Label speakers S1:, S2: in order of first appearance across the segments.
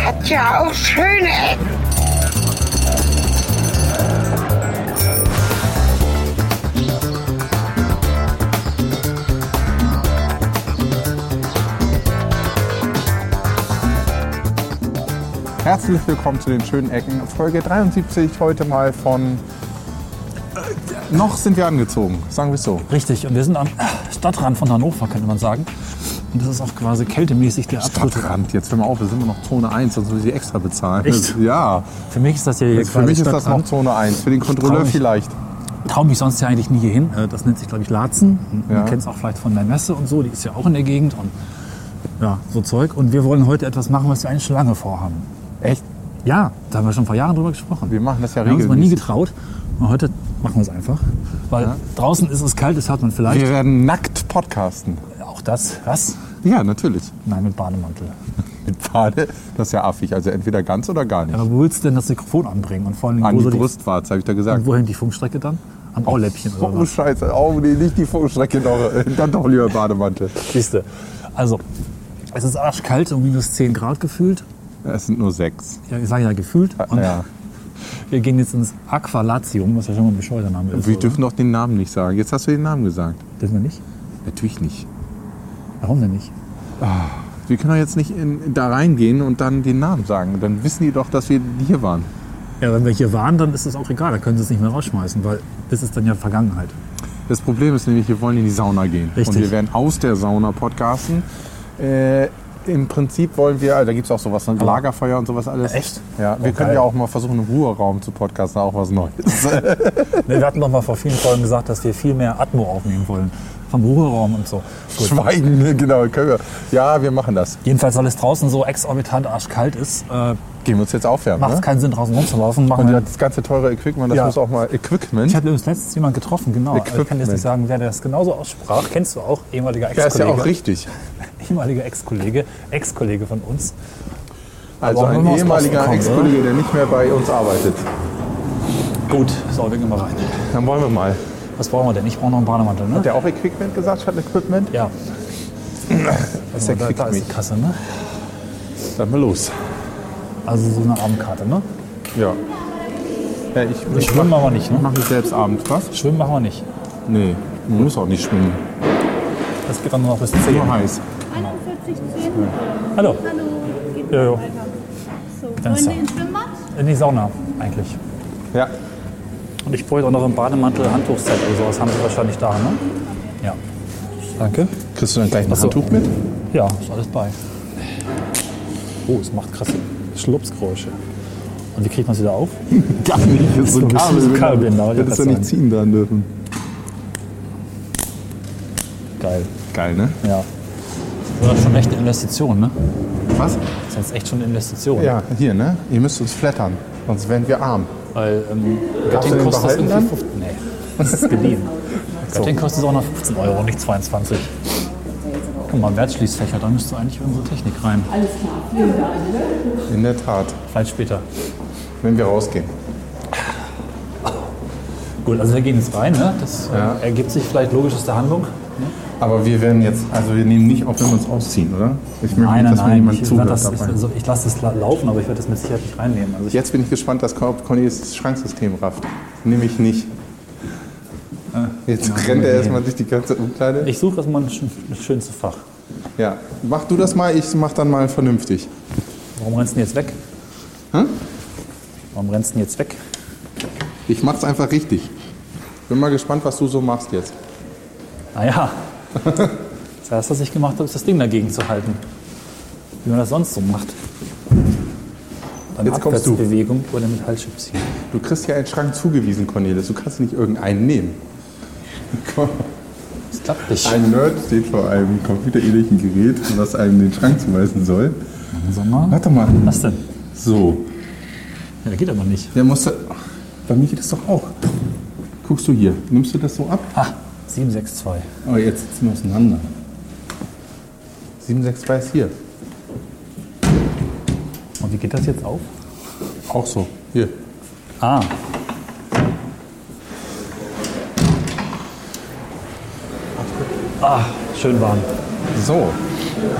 S1: hat ja auch schöne Ecken.
S2: Herzlich willkommen zu den schönen Ecken. Folge 73 heute mal von. Noch sind wir angezogen, sagen wir es so.
S3: Richtig, und wir sind am äh, Stadtrand von Hannover, könnte man sagen. Und das ist auch quasi kältemäßig der absolute.
S2: Stadtrand, jetzt hör mal auf, wir sind immer noch Zone 1, sonst müssen wir die extra bezahlen.
S3: Echt?
S2: Ja,
S3: Für mich ist das hier
S2: für mich ist das noch Zone 1, für den Kontrolleur
S3: Traurig.
S2: vielleicht.
S3: Trau mich sonst ja eigentlich nie hier hin. Äh, Das nennt sich, glaube ich, Latzen.
S2: Ja.
S3: Man kennt es auch vielleicht von der Messe und so, die ist ja auch in der Gegend und ja, so Zeug. Und wir wollen heute etwas machen, was wir eigentlich schon lange vorhaben.
S2: Echt?
S3: Ja, da haben wir schon vor Jahren drüber gesprochen.
S2: Wir machen das ja
S3: Wir haben uns mal nie
S2: regelmäßig.
S3: getraut. Und heute machen wir es einfach. Weil draußen ist es kalt, das hört man vielleicht.
S2: Wir werden nackt podcasten.
S3: Auch das. Was?
S2: Ja, natürlich.
S3: Nein, mit Bademantel.
S2: Mit Bade, das ist ja affig, also entweder ganz oder gar nicht.
S3: Aber wo willst du denn das Mikrofon anbringen? Und vor allem,
S2: An
S3: wo
S2: die
S3: soll die-
S2: Brustwarze, habe ich da gesagt.
S3: Und wohin die Funkstrecke dann? Am Auläppchen oder
S2: Oh
S3: was?
S2: Scheiße, oh nee, nicht die Vorstrecke noch, äh, dann doch lieber Bademantel.
S3: Siehste. Also, es ist arschkalt, um minus 10 Grad gefühlt.
S2: Es sind nur sechs.
S3: Ja, ich sage ja gefühlt. Und
S2: Ah, Ja.
S3: wir gehen jetzt ins Aqualatium, was ja schon mal ein bescheuerter Name ist.
S2: Wir
S3: oder?
S2: dürfen doch den Namen nicht sagen. Jetzt hast du den Namen gesagt.
S3: Dürfen wir nicht?
S2: Natürlich nicht.
S3: Warum denn nicht?
S2: Wir können doch jetzt nicht in, da reingehen und dann den Namen sagen. Dann wissen die doch, dass wir hier waren.
S3: Ja, wenn wir hier waren, dann ist es auch egal. Da können sie es nicht mehr rausschmeißen, weil das ist dann ja Vergangenheit.
S2: Das Problem ist nämlich, wir wollen in die Sauna gehen.
S3: Richtig.
S2: Und wir werden aus der Sauna podcasten. Äh, Im Prinzip wollen wir, da gibt es auch sowas, ein Lagerfeuer und sowas alles.
S3: Echt?
S2: Ja, wir können
S3: Oh, geil.
S2: ja auch mal versuchen, im Ruheraum zu podcasten, auch was Neues.
S3: Ne, wir hatten doch mal vor vielen Folgen gesagt, dass wir viel mehr Atmo aufnehmen wollen. Vom Ruheraum und so. Gut.
S2: Schweigen, ne? genau. Können wir. Ja, wir machen das.
S3: Jedenfalls, weil es draußen so exorbitant arschkalt ist, äh,
S2: Gehen wir uns jetzt aufwärmen.
S3: macht es
S2: ne?
S3: keinen Sinn, draußen rumzulaufen. Machen
S2: Und
S3: wir
S2: das ganze teure Equipment, das
S3: Ja.
S2: muss auch mal Equipment.
S3: Ich hatte übrigens letztens jemanden getroffen, genau. Also Ich kann jetzt
S2: Equipment.
S3: nicht sagen, wer das genauso aussprach. Kennst du auch, ehemaliger
S2: Ja, ist ja auch
S3: Ex-Kollege.
S2: richtig.
S3: ehemaliger Ex-Kollege, Ex-Kollege von uns.
S2: Also
S3: Aber auch
S2: ein
S3: wenn wir aus
S2: ehemaliger
S3: Osten kommen,
S2: Ex-Kollege, der nicht mehr bei uns arbeitet.
S3: Gut, so, wir gehen mal rein.
S2: Dann wollen wir mal.
S3: Was brauchen wir denn? Ich brauche noch einen Bademantel, ne?
S2: Hat der auch Equipment gesagt, statt Equipment?
S3: Ja,
S2: Das ist
S3: da, da ist die Kasse, ne?
S2: Dann mal los.
S3: Also so eine Abendkarte, ne?
S2: Ja. ja ich ich
S3: Schwimmen machen wir nicht, ne?
S2: mach mich selbst abends. Was?
S3: Schwimmen machen wir nicht.
S2: Nee, man muss auch nicht schwimmen.
S3: Das geht dann nur noch bis
S2: Ist
S3: 10.
S2: nur heiß.
S4: 4110.
S3: Hallo,
S4: Hallo. Geht
S3: Ja, ja.
S4: weiter. So,
S3: Ganz
S4: wollen wir ins Schwimmbad?
S3: in die Sauna eigentlich.
S2: Ja.
S3: Und ich bräuchte auch noch einen Bademantel, Handtuchset oder sowas. Haben Sie wahrscheinlich da, ne? Ja. Danke.
S2: Kriegst du dann gleich ein Handtuch mit?
S3: Ja, ist alles bei. Oh, es macht krasse Schlupsgeräusche. Und wie kriegt man sie da auf?
S2: Gar nicht. Das ist so ein
S3: Du bist
S2: Kabel.
S3: ein Kabel, genau, ich
S2: Hättest du
S3: wollte
S2: nicht
S3: das
S2: ziehen dann dürfen.
S3: Geil.
S2: Geil, ne?
S3: Ja. Das ist schon echt eine Investition, ne?
S2: Was?
S3: Das ist jetzt echt schon eine Investition.
S2: Ja, hier, ne? Ihr müsst uns flattern, sonst werden wir arm.
S3: Weil ähm,
S2: Darfst du
S3: Göttingen
S2: den
S3: kostet das
S2: behalten
S3: irgendwie 15. Nee, das ist geliehen. Göttingen kostet es auch noch 15 Euro, nicht 22. Guck mal, Wertschließfächer, da müsste eigentlich unsere Technik rein.
S2: In der Tat,
S3: Vielleicht später.
S2: wenn wir rausgehen.
S3: Gut, also wir gehen jetzt rein, ne? Das äh,
S2: Ja.
S3: ergibt sich vielleicht logisch aus der Handlung.
S2: Aber wir werden jetzt, also wir nehmen nicht auf, wenn wir uns ausziehen, oder? Ich möchte nicht,
S3: Nein, nein,
S2: dass mir
S3: nein.
S2: jemand
S3: Ich,
S2: zuhört
S3: werd das, ich,
S2: dabei.
S3: also ich lasse das la- laufen, aber ich werde das mit Sicherheit nicht reinnehmen. Also ich,
S2: Jetzt bin ich gespannt, dass Con- Cornelis das Schranksystem rafft. Nämlich nicht. Jetzt rennt er erstmal durch die ganze Umkleide.
S3: ich suche erstmal ein schön- das schönste Fach.
S2: Ja, mach du das mal, ich mach dann mal vernünftig.
S3: Warum rennst du denn jetzt weg?
S2: Hä?
S3: Warum rennst du denn jetzt weg?
S2: Ich mach's einfach richtig. Bin mal gespannt, was du so machst jetzt.
S3: Naja, Ah das erste, was ich gemacht habe, ist das Ding dagegen zu halten. Wie man das sonst so macht. Dann
S2: Jetzt kommst du.
S3: Abwärtsbewegung oder mit Halsschüpfchen.
S2: Du kriegst ja einen Schrank zugewiesen, Cornelis. Du kannst nicht irgendeinen nehmen.
S3: Das klappt nicht.
S2: Ein Nerd steht vor einem computerähnlichen Gerät, was einem den Schrank zuweisen soll.
S3: Sag mal.
S2: Warte mal.
S3: Was denn?
S2: So.
S3: Ja, das geht aber nicht.
S2: Der musste. Bei mir geht das doch auch. Guckst du hier, nimmst du das so ab?
S3: Ha, 762.
S2: Aber jetzt sitzen wir auseinander. 762 ist hier.
S3: Und wie geht das jetzt auf?
S2: Auch so. Hier.
S3: Ah. Ah, schön warm.
S2: So.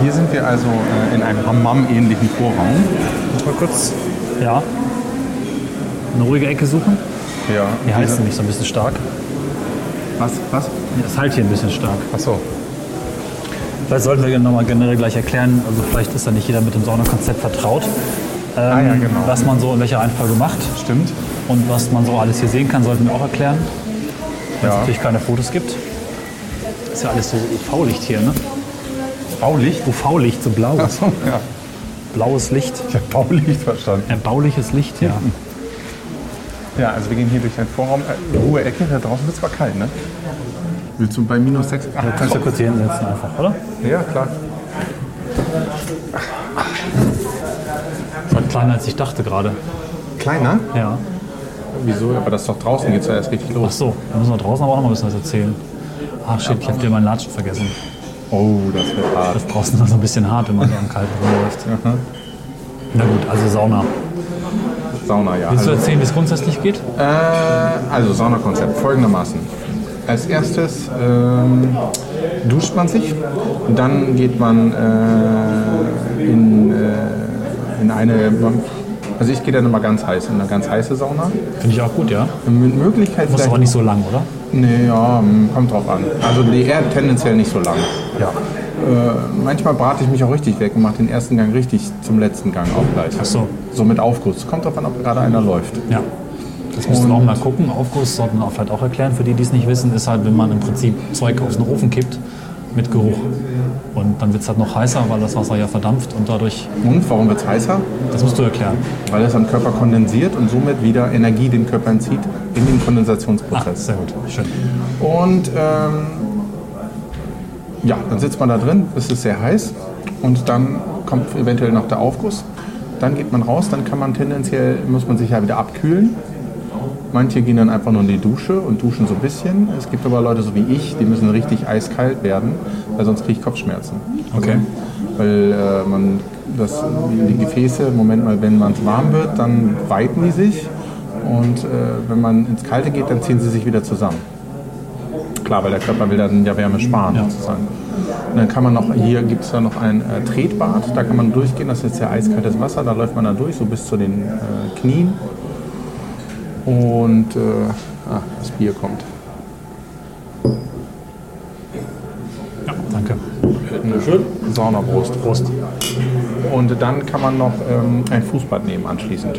S2: Hier sind wir also äh, in einem Hammam-ähnlichen Vorraum.
S5: mal kurz?
S3: Ja. Eine ruhige Ecke suchen.
S5: Ja.
S3: Hier heizt es nämlich so ein bisschen stark.
S5: Was? Was?
S3: Ja, Es halt hier ein bisschen stark.
S5: Achso.
S3: Vielleicht sollten wir nochmal generell gleich erklären, also vielleicht ist ja nicht jeder mit dem Saunakonzept vertraut, ähm,
S5: ja, genau.
S3: was man so in welcher Reihenfolge macht
S5: Stimmt.
S3: und was man so alles hier sehen kann, sollten wir auch erklären, weil es
S5: Ja.
S3: natürlich keine Fotos gibt. Ist ja alles so UV-Licht hier, ne? Baulicht? UV-Licht, so blau.
S5: Achso, ja.
S3: Blaues Licht.
S5: Ich habe Baulicht verstanden.
S3: Ein bauliches Licht, ja.
S5: Ja, also wir gehen hier durch den Vorraum. Äh, Ruhe Ecke, da draußen wird zwar kalt, ne? Willst du bei minus 6 Grad?
S3: Kannst du kurz hier hinsetzen einfach, oder?
S5: Ja, klar.
S3: Das war kleiner als ich dachte gerade.
S5: Kleiner?
S3: Ja.
S5: Wieso? Aber das ist doch draußen, geht's ja erst richtig
S3: Ach
S5: los.
S3: so, da müssen wir draußen aber auch noch mal ein bisschen was erzählen. Ach shit, ich hab dir meinen Latschen vergessen.
S5: Oh, das wird hart. Mhm.
S3: Das ist draußen noch so ein bisschen hart, wenn man so am kalten rumläuft. Na gut, also Sauna.
S5: Sauna, ja.
S3: Willst du
S5: Also,
S3: erzählen, wie es grundsätzlich geht?
S5: äh, also Saunakonzept folgendermaßen. Als erstes ähm, duscht man sich, dann geht man äh, in, äh, in eine. Also ich gehe dann immer ganz heiß, in eine ganz heiße Sauna.
S3: Finde ich auch gut, ja.
S5: Mit Möglichkeit
S3: Muss
S5: vielleicht-
S3: aber nicht so lang, oder?
S5: Nee, ja, hm, kommt drauf an. Also die eher tendenziell nicht so lang.
S3: Ja.
S5: Äh, manchmal brate ich mich auch richtig weg und mache den ersten Gang richtig zum letzten Gang auch gleich. Ach
S3: so.
S5: So mit Aufguss. Kommt drauf an, ob gerade einer läuft.
S3: Ja. Das müssen wir auch mal gucken. Aufguss sollten wir auch vielleicht auch erklären. Für die, die es nicht wissen, ist halt, wenn man im Prinzip Zeug aus dem Ofen kippt mit Geruch. Und dann wird es halt noch heißer, weil das Wasser ja verdampft und dadurch,
S5: Und warum wird es heißer?
S3: das musst du erklären.
S5: Weil es am Körper kondensiert und somit wieder Energie den Körper entzieht in den
S3: Ach,
S5: Kondensationsprozess.
S3: sehr gut, schön.
S5: Und ähm, ja, dann sitzt man da drin, es ist sehr heiß und dann kommt eventuell noch der Aufguss. Dann geht man raus, dann kann man tendenziell, muss man sich ja wieder abkühlen. Manche gehen dann einfach nur in die Dusche und duschen so ein bisschen. Es gibt aber Leute so wie ich, die müssen richtig eiskalt werden, weil sonst kriege ich Kopfschmerzen.
S3: Okay.
S5: Weil äh, man das, die Gefäße, im Moment mal, wenn man warm wird, dann weiten die sich. Und äh, wenn man ins Kalte geht, dann ziehen sie sich wieder zusammen. Klar, weil der Körper will dann ja Wärme sparen sozusagen. Und dann kann man noch, hier gibt es dann noch ein äh, Tretbad, da kann man durchgehen, das ist jetzt ja eiskaltes Wasser, da läuft man dann durch, so bis zu den äh, Knien. Und äh, ah, das Bier kommt.
S3: Ja, danke.
S5: Saunabrust. Brust. Und dann kann man noch ähm, ein Fußbad nehmen anschließend.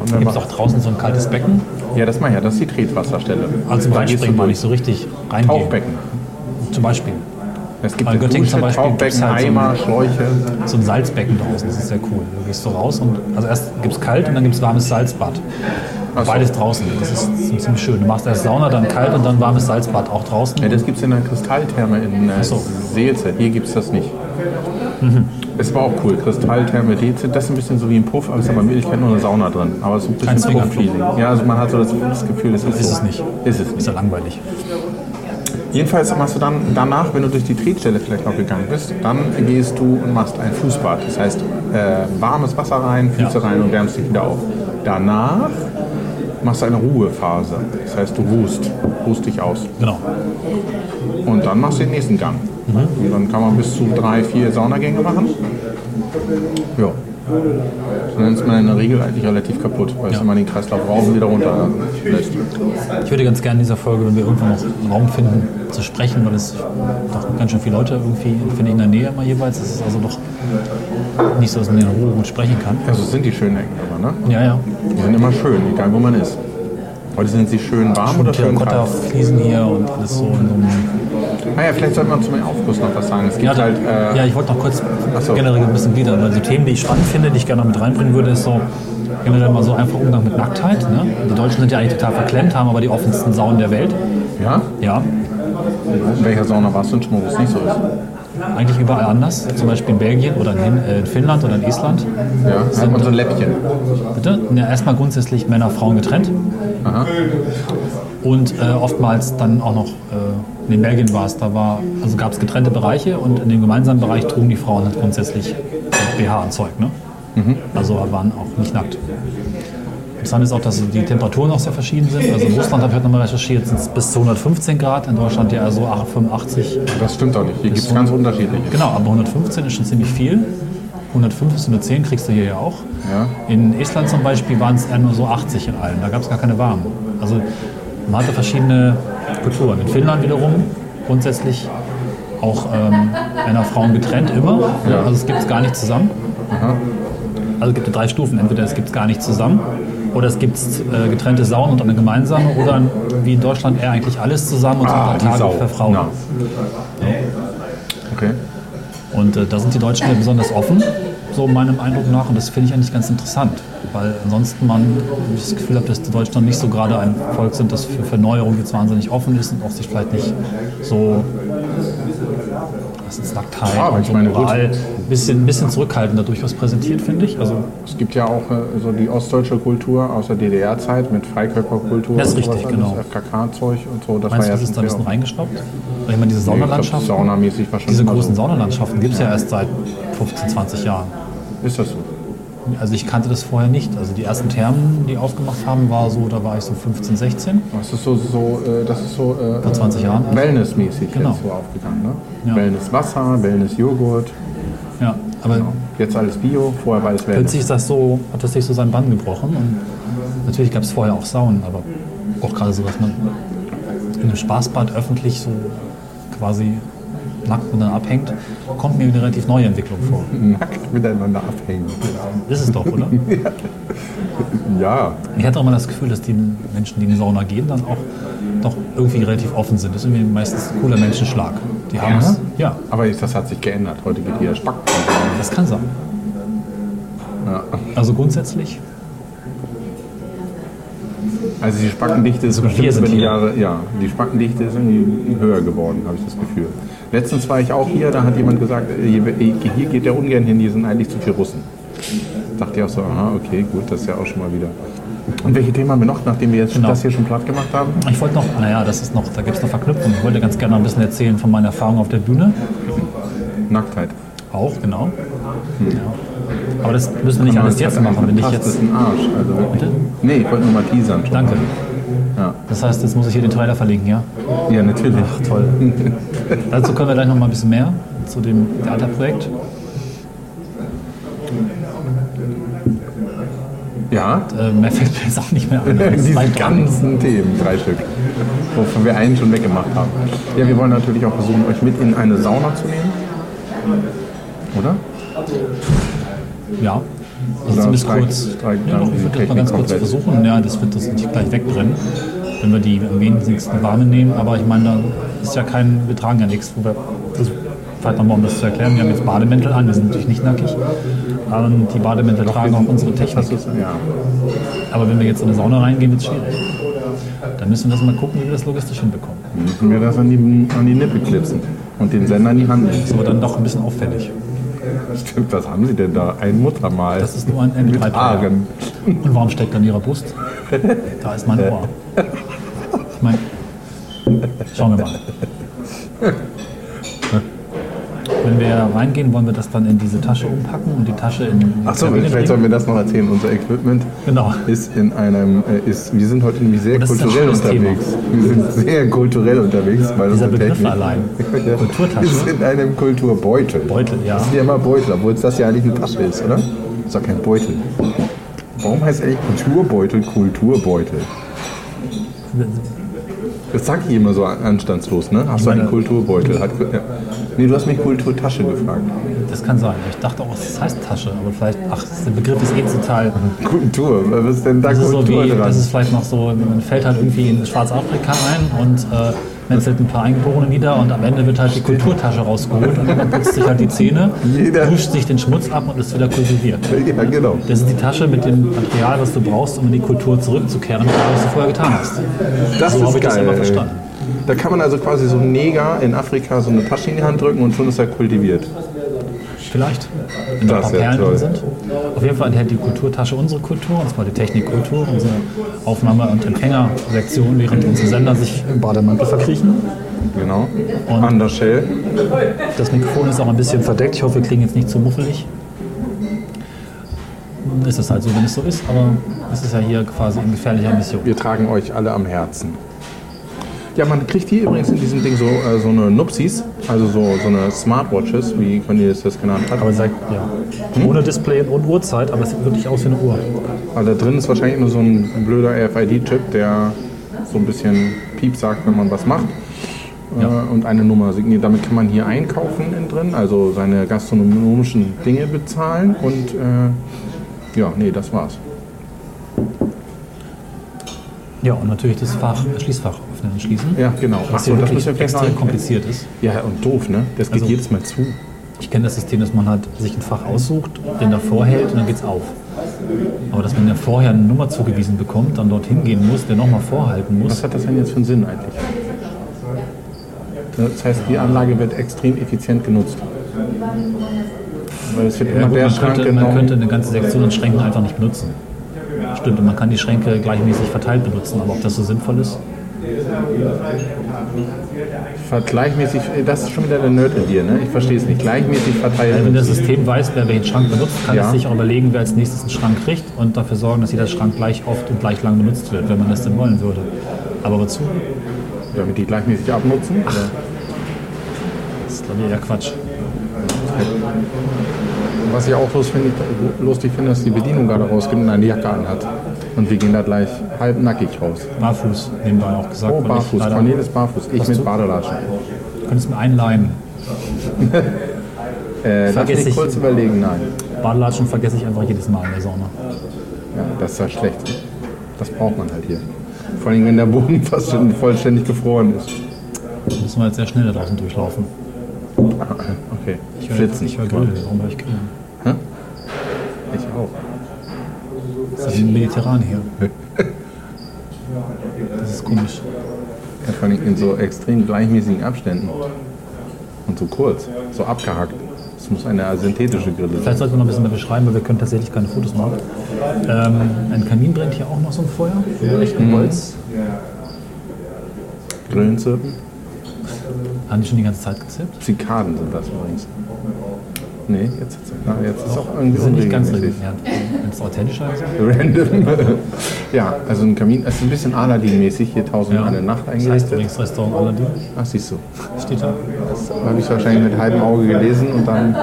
S5: Und wenn
S3: Gibt es auch
S5: man,
S3: draußen so ein kaltes Becken?
S5: ja, das mal ja, das ist die Tretwasserstelle.
S3: Also zum
S5: Da gehst du
S3: Reinspringen mal
S5: durch.
S3: nicht so richtig reingehen.
S5: Tauchbecken.
S3: Zum Beispiel.
S5: Es gibt
S3: Bei
S5: eine
S3: Göttingen
S5: Dusche,
S3: zum Beispiel gibt's
S5: Tauchbecken,
S3: halt so ein-
S5: Eimer, Schläuche.
S3: So ein Salzbecken draußen, das ist sehr cool. Du gehst so raus und also erst gibt es kalt und dann gibt es warmes Salzbad.
S5: Ach so.
S3: Beides draußen, das ist ziemlich- ziemlich schön. Du machst erst Sauna, dann kalt und dann warmes Salzbad auch draußen.
S5: Ja, das gibt es in einer Kristalltherme in äh,
S3: so. Mhm.
S5: Seelze. Hier gibt es das nicht. Es war auch cool. Kristalltherme, Deze. Das ist ein bisschen so wie ein Puff, aber es ist aber in Wirklichkeit nur eine Sauna drin. Aber es ist ein
S3: Kein
S5: bisschen
S3: Swingerclub.
S5: Puff-Feeling. Ja, also man hat so das, das Gefühl, es ist,
S3: Ist
S5: so.
S3: es nicht.
S5: Ist es
S3: Ist
S5: nicht.
S3: ja langweilig.
S5: Jedenfalls machst du dann danach, wenn du durch die Tretstelle vielleicht noch gegangen bist, dann gehst du und machst ein Fußbad. Das heißt, äh, warmes Wasser rein, Füße
S3: Ja.
S5: rein und wärmst dich wieder auf. Danach machst du eine Ruhephase. Das heißt, du ruhst, ruhst dich aus.
S3: Genau.
S5: Und dann machst du den nächsten Gang. Und dann kann man bis zu drei, vier Saunagänge machen. Ja. Dann ist man in der Regel eigentlich relativ kaputt, weil es immer den Kreislauf rauf und wieder runter lässt.
S3: Ich würde ganz gerne in dieser Folge, wenn wir irgendwann noch einen Raum finden, zu sprechen, weil es doch ganz schön viele Leute irgendwie, finde ich, in der Nähe immer jeweils. Es ist also doch nicht so, dass man in Ruhe gut sprechen kann.
S5: Also es sind die schönen Ecken aber, ne?
S3: Ja, ja.
S5: Die sind immer schön, egal wo man ist. Heute sind sie schön warm oder schön kalt.
S3: Terrakotta-Fliesen hier und alles so in so einem
S5: Ah ja, vielleicht sollte man zum Aufguss noch was sagen. Es gibt
S3: Ja,
S5: halt, äh,
S3: ja, ich wollte noch kurz
S5: so.
S3: generell ein bisschen wieder, weil so Themen, die ich spannend finde, die ich gerne noch mit reinbringen würde, ist so generell mal so einfach Umgang mit Nacktheit. Ne? Die Deutschen sind ja eigentlich total verklemmt, haben aber die offensten Saunen der Welt.
S5: ja?
S3: Ja,
S5: In welcher Sauna warst du denn schon, mal, wo es nicht so ist?
S3: eigentlich überall anders, zum Beispiel in Belgien oder in, Hin- äh, in Finnland oder in Island.
S5: Ja, da hat man so ein Läppchen.
S3: Bitte? Ja, erstmal grundsätzlich Männer, Frauen getrennt. Und äh, oftmals dann auch noch, äh, in Belgien war es, da war, also gab es getrennte Bereiche und in dem gemeinsamen Bereich trugen die Frauen halt grundsätzlich BH und Zeug. Ne? Also waren auch nicht nackt. Interessant ist auch, dass die Temperaturen auch sehr verschieden sind. Also in Russland habe ich heute nochmal recherchiert, sind es bis zu 115 Grad, in Deutschland ja eher so 85.
S5: Das stimmt doch nicht. Hier gibt es ganz unterschiedliche.
S3: Genau, aber 115 ist schon ziemlich viel. 105 bis 110 kriegst du hier ja auch.
S5: Ja.
S3: In Estland zum Beispiel waren es eher nur so 80 in allen. Da gab es gar keine warmen. Also man hatte verschiedene Kulturen. In Finnland wiederum grundsätzlich auch ähm, Männer, Frauen getrennt immer.
S5: Ja.
S3: Also es gibt es gar nicht zusammen. Also gibt es drei Stufen. Entweder es gibt es gar nicht zusammen oder es gibt äh, getrennte Saunen und eine gemeinsame oder wie in Deutschland eher eigentlich alles zusammen
S5: Ah,
S3: und so ein paar Tage für Frauen.
S5: Na. Okay.
S3: Und äh, da sind die Deutschen ja besonders offen, so meinem Eindruck nach. Und das finde ich eigentlich ganz interessant, weil ansonsten man das Gefühl hat, dass die Deutschen nicht so gerade ein Volk sind, das für, für Neuerungen jetzt wahnsinnig offen ist und auch sich vielleicht nicht so. Das ist Nacktheit
S5: Ja, aber
S3: und
S5: ich
S3: so
S5: meine, gut.
S3: Moral. Ein bisschen, bisschen zurückhaltend dadurch was präsentiert, finde ich. Also,
S5: Es gibt ja auch äh, so die ostdeutsche Kultur aus der DDR-Zeit mit Freikörperkultur
S3: Das ist
S5: und sowas
S3: richtig,
S5: alles,
S3: genau.
S5: FKK-Zeug und so. Das
S3: meinst du,
S5: war
S3: das
S5: ja
S3: ist da ein bisschen reingeschraubt? Weil ich meine, diese
S5: Nee, ich glaub,
S3: Saunalandschaften,
S5: Saunamäßig war schon
S3: diese
S5: immer
S3: großen
S5: so.
S3: Saunalandschaften gibt es ja erst seit 15, 20 Jahren.
S5: Ist das so?
S3: Also ich kannte das vorher nicht. Also die ersten Thermen, die aufgemacht haben, war so, da war ich so 15, 16.
S5: Das ist so, so, äh, das ist so äh,
S3: Vor 20 Jahren.
S5: Wellnessmäßig
S3: Genau.
S5: jetzt so aufgegangen. Ne?
S3: Ja.
S5: Wellnesswasser, Wellnessjoghurt,
S3: Ja, aber
S5: jetzt alles Bio, vorher war alles Wellness.
S3: plötzlich ist das so, hat das sich so seinen Bann gebrochen. Und natürlich gab es vorher auch Saunen, aber auch gerade so, dass man in einem Spaßbad öffentlich so quasi nackt miteinander abhängt, kommt mir eine relativ neue Entwicklung vor.
S5: Nackt miteinander abhängen.
S3: Ist es doch, oder?
S5: Ja,
S3: Ich hatte auch mal das Gefühl, dass die Menschen, die in die Sauna gehen, dann auch doch irgendwie relativ offen sind. Das ist irgendwie meistens ein cooler Menschenschlag. Die haben es. Ja,
S5: aber ich- das hat sich geändert. Heute geht jeder Spack.
S3: das kann sein.
S5: Ja.
S3: Also grundsätzlich
S5: Also die Spackendichte ist
S3: Sogar wir
S5: bestimmt
S3: sind
S5: über die
S3: hier.
S5: Jahre, ja, die Spackendichte ist irgendwie höher geworden, habe ich das Gefühl. Letztens war ich auch hier, da hat jemand gesagt, äh, hier hier geht der ungern hin, hier sind eigentlich zu viele Russen. Dachte ich auch so, aha, okay, gut, das ist ja auch schon mal wieder. Und welche Themen haben wir noch, nachdem wir jetzt
S3: Genau.
S5: das hier schon platt gemacht haben?
S3: Ich wollte noch, naja, das ist noch, da gibt es eine Verknüpfung. Ich wollte ganz gerne noch ein bisschen erzählen von meiner Erfahrung auf der Bühne.
S5: Nacktheit.
S3: Auch, genau.
S5: Hm.
S3: Ja. Aber das müssen wir nicht alles jetzt machen, wenn ich
S5: Das
S3: jetzt.
S5: ist ein Arsch. Also wirklich. Nee, ich wollte nur mal teasern. schon.
S3: Danke.
S5: Ja.
S3: Das heißt, jetzt muss ich hier den Trailer verlinken, ja?
S5: Ja, natürlich.
S3: Ach, toll. Dazu können wir gleich noch mal ein bisschen mehr zu dem Theaterprojekt.
S5: Ja,
S3: Äh, mehr fällt mir jetzt auch nicht mehr ein. aber es
S5: diese
S3: reicht auch nicht.
S5: ganzen Themen, drei Stück, wovon wir einen schon weggemacht haben. Ja, wir wollen natürlich auch versuchen, euch mit in eine Sauna zu nehmen. Oder?
S3: Ja. Also
S5: Oder
S3: zumindest
S5: streik-
S3: kurz.
S5: streik
S3: ja,
S5: dann
S3: doch, ich
S5: die
S3: würde das mal ganz kurz
S5: Technik komplett.
S3: versuchen. Ja, das wird das nicht gleich wegbrennen, wenn wir die am wenigsten warme nehmen. Aber ich meine, da ist ja kein, wir tragen ja nichts. Wo wir, das, vielleicht nochmal, um das zu erklären, wir haben jetzt Bademäntel an, wir sind natürlich nicht nackig. Aber die Bademäntel tragen auch unsere Technik.
S5: Ja.
S3: Aber wenn wir jetzt in eine Sauna reingehen, wird es schwierig. Dann müssen wir das mal gucken, wie wir das logistisch hinbekommen.
S5: Müssen wir das an die, an die Nippe klipsen und den Sender in die Hand nehmen.
S3: Das ist aber dann doch ein bisschen auffällig.
S5: Stimmt, was haben Sie denn da? Ein Muttermal.
S3: Das ist nur ein
S5: mit
S3: MP3-Player.
S5: Haaren.
S3: Und warum steckt er in ihrer Brust? Da ist mein Ohr. Ich meine, schauen wir mal. Wenn wir reingehen, wollen wir das dann in diese Tasche umpacken und die Tasche in die
S5: Achso,
S3: Kabine
S5: vielleicht sollen
S3: bringen?
S5: wir das noch erzählen. Unser Equipment
S3: Genau.
S5: ist in einem, äh, ist, wir sind heute nämlich sehr
S3: das ist ein
S5: kulturell
S3: schönes Thema.
S5: unterwegs. Wir sind sehr kulturell unterwegs, weil
S3: Dieser
S5: unsere
S3: Begriff
S5: Technik
S3: allein.
S5: Ja,
S3: Kulturtasche.
S5: ist in einem Kulturbeutel.
S3: Beutel, ja.
S5: Das ist ja immer Beutel, obwohl es das ja eigentlich eine Tasche ist, oder? Ist doch kein Beutel. Warum heißt eigentlich Kulturbeutel Kulturbeutel? Das sag ich immer so an- anstandslos, ne? Hast du
S3: meine-
S5: einen Kulturbeutel? Hat, ja. Nee, du hast mich Kulturtasche gefragt.
S3: Das kann sein. Ich dachte auch, es heißt Tasche, aber vielleicht, ach, der Begriff ist eh total.
S5: Kultur, was ist denn da
S3: Das ist, so
S5: Kultur
S3: wie,
S5: dran?
S3: das ist vielleicht noch so, man fällt halt irgendwie in Schwarzafrika ein und äh, metzelt ein paar Eingeborene nieder und am Ende wird halt die Kulturtasche rausgeholt und man putzt sich halt die Zähne,
S5: Jeder-
S3: duscht sich den Schmutz ab und ist wieder kultiviert.
S5: ja, genau.
S3: Das ist die Tasche mit dem Material, was du brauchst, um in die Kultur zurückzukehren, was du vorher getan hast.
S5: Das
S3: So
S5: ist
S3: habe ich
S5: geil.
S3: das immer verstanden.
S5: ey. Da kann man also quasi so einen Neger in Afrika so eine Tasche in die Hand drücken und schon ist er kultiviert.
S3: Vielleicht, wenn da ein
S5: Das
S3: paar
S5: wär
S3: Perlen
S5: toll.
S3: drin sind. Auf jeden Fall enthält die Kulturtasche unsere Kultur, und zwar die Technikkultur, unsere Aufnahme- und Empfängersektion, während unsere Sender sich im Bademantel verkriechen.
S5: Genau. Under Shell.
S3: Das Mikrofon ist auch ein bisschen verdeckt. Ich hoffe, wir kriegen jetzt nicht zu muffelig. Ist es halt so, wenn es so ist, aber es ist ja hier quasi in gefährlicher Mission.
S5: Wir tragen euch alle am Herzen. Ja, man kriegt hier übrigens in diesem Ding so, äh, so eine Nupsis, also so, so eine Smartwatches, wie Conny das jetzt genannt hat.
S3: Aber sagt, ja.
S5: Hm?
S3: Ohne Display und Uhrzeit, aber es sieht wirklich aus wie eine Uhr.
S5: Also da drin ist wahrscheinlich nur so ein blöder RFID-Chip, der so ein bisschen Piep sagt, wenn man was macht.
S3: Ja.
S5: Äh, Und eine Nummer signiert. Damit kann man hier einkaufen innen drin, also seine gastronomischen Dinge bezahlen. Und äh, ja, nee, das war's.
S3: Ja, und natürlich das Fach, das Schließfach öffnen und schließen.
S5: Ja, genau.
S3: Was
S5: Ach
S3: hier
S5: so, das
S3: wirklich
S5: müssen wir vielleicht noch
S3: extrem
S5: erklären.
S3: kompliziert ist.
S5: Ja, und doof, ne? Das geht
S3: Also-
S5: jedes Mal zu.
S3: Ich kenne das System, dass man halt sich ein Fach aussucht, den davor hält und dann geht's auf. Aber dass man ja vorher eine Nummer zugewiesen bekommt, dann dorthin gehen muss, der nochmal vorhalten
S5: Was
S3: muss.
S5: hat das denn jetzt für einen Sinn eigentlich? Das heißt, die Anlage wird extrem effizient genutzt. Weil es wird
S3: Ja,
S5: immer
S3: gut,
S5: der
S3: man,
S5: Schrank
S3: könnte, man
S5: genommen.
S3: könnte eine ganze Sektion an Schränken einfach nicht benutzen. Stimmt, und man kann die Schränke gleichmäßig verteilt benutzen, aber ob das so sinnvoll ist?
S5: Vergleichmäßig, das ist schon wieder der Nerd in dir, ne? Ich verstehe es nicht. Gleichmäßig
S3: Wenn
S5: verteilt.
S3: das System weiß, wer welchen Schrank benutzt, kann
S5: Ja.
S3: es sich auch überlegen, wer als nächstes einen Schrank kriegt und dafür sorgen, dass jeder Schrank gleich oft und gleich lang benutzt wird, wenn man das denn wollen würde. Aber wozu?
S5: Damit die gleichmäßig abnutzen. ne? Ach.
S3: Das ist, glaube ich, eher Quatsch.
S5: Was ich auch lustig finde, lustig finde, dass die Bedienung gerade rausgeht und eine Jacke anhat. Und wir gehen da gleich halbnackig raus.
S3: Barfuß, nebenbei auch gesagt.
S5: Oh,
S3: weil ich
S5: barfuß.
S3: leider-
S5: Cornelis barfuß. Ich
S3: Hast du-
S5: mit Badelatschen.
S3: Könntest du mir einleihen?
S5: Äh, lass
S3: Vergiss
S5: mich
S3: ich.
S5: kurz überlegen. Nein.
S3: Badelatschen vergesse ich einfach jedes Mal in der Sauna.
S5: Ja, das ist halt schlecht. Das braucht man halt hier. Vor allem, wenn der Boden fast schon vollständig gefroren ist.
S3: Da müssen wir jetzt sehr schnell da draußen durchlaufen.
S5: Okay. Ich
S3: höre-
S5: Schwitzen.
S3: Ich höre Grille, warum höre ich Grille?
S5: Hä? Ich auch.
S3: Das ist ein Mediterran hier. Das ist komisch.
S5: Ja, vor allem in so extrem gleichmäßigen Abständen. Und so kurz, so abgehackt. Das muss eine synthetische Grille sein.
S3: Vielleicht sollten wir noch ein bisschen mehr beschreiben, weil wir können tatsächlich keine Fotos machen. Ähm, ein Kamin brennt hier auch noch so ein Feuer,
S5: Mhm.
S3: echtem Holz.
S5: Grillenzirpen?
S3: Haben die schon die ganze Zeit gezippt?
S5: Zikaden sind das übrigens. Nee, jetzt, na, jetzt ist auch
S3: Die
S5: irgendwie
S3: sind nicht ganz
S5: unregelmäßig.
S3: regelmäßig. Wenn es authentischer ist.
S5: Random. ja, also ein Kamin, es ist ein bisschen Aladdin-mäßig, hier tausend
S3: Ja.
S5: eine Nacht
S3: Das heißt
S5: eingerichtet.
S3: übrigens Restaurant Aladdin.
S5: Ach, siehst du.
S3: Steht da.
S5: Habe ich wahrscheinlich mit halbem Auge gelesen und dann.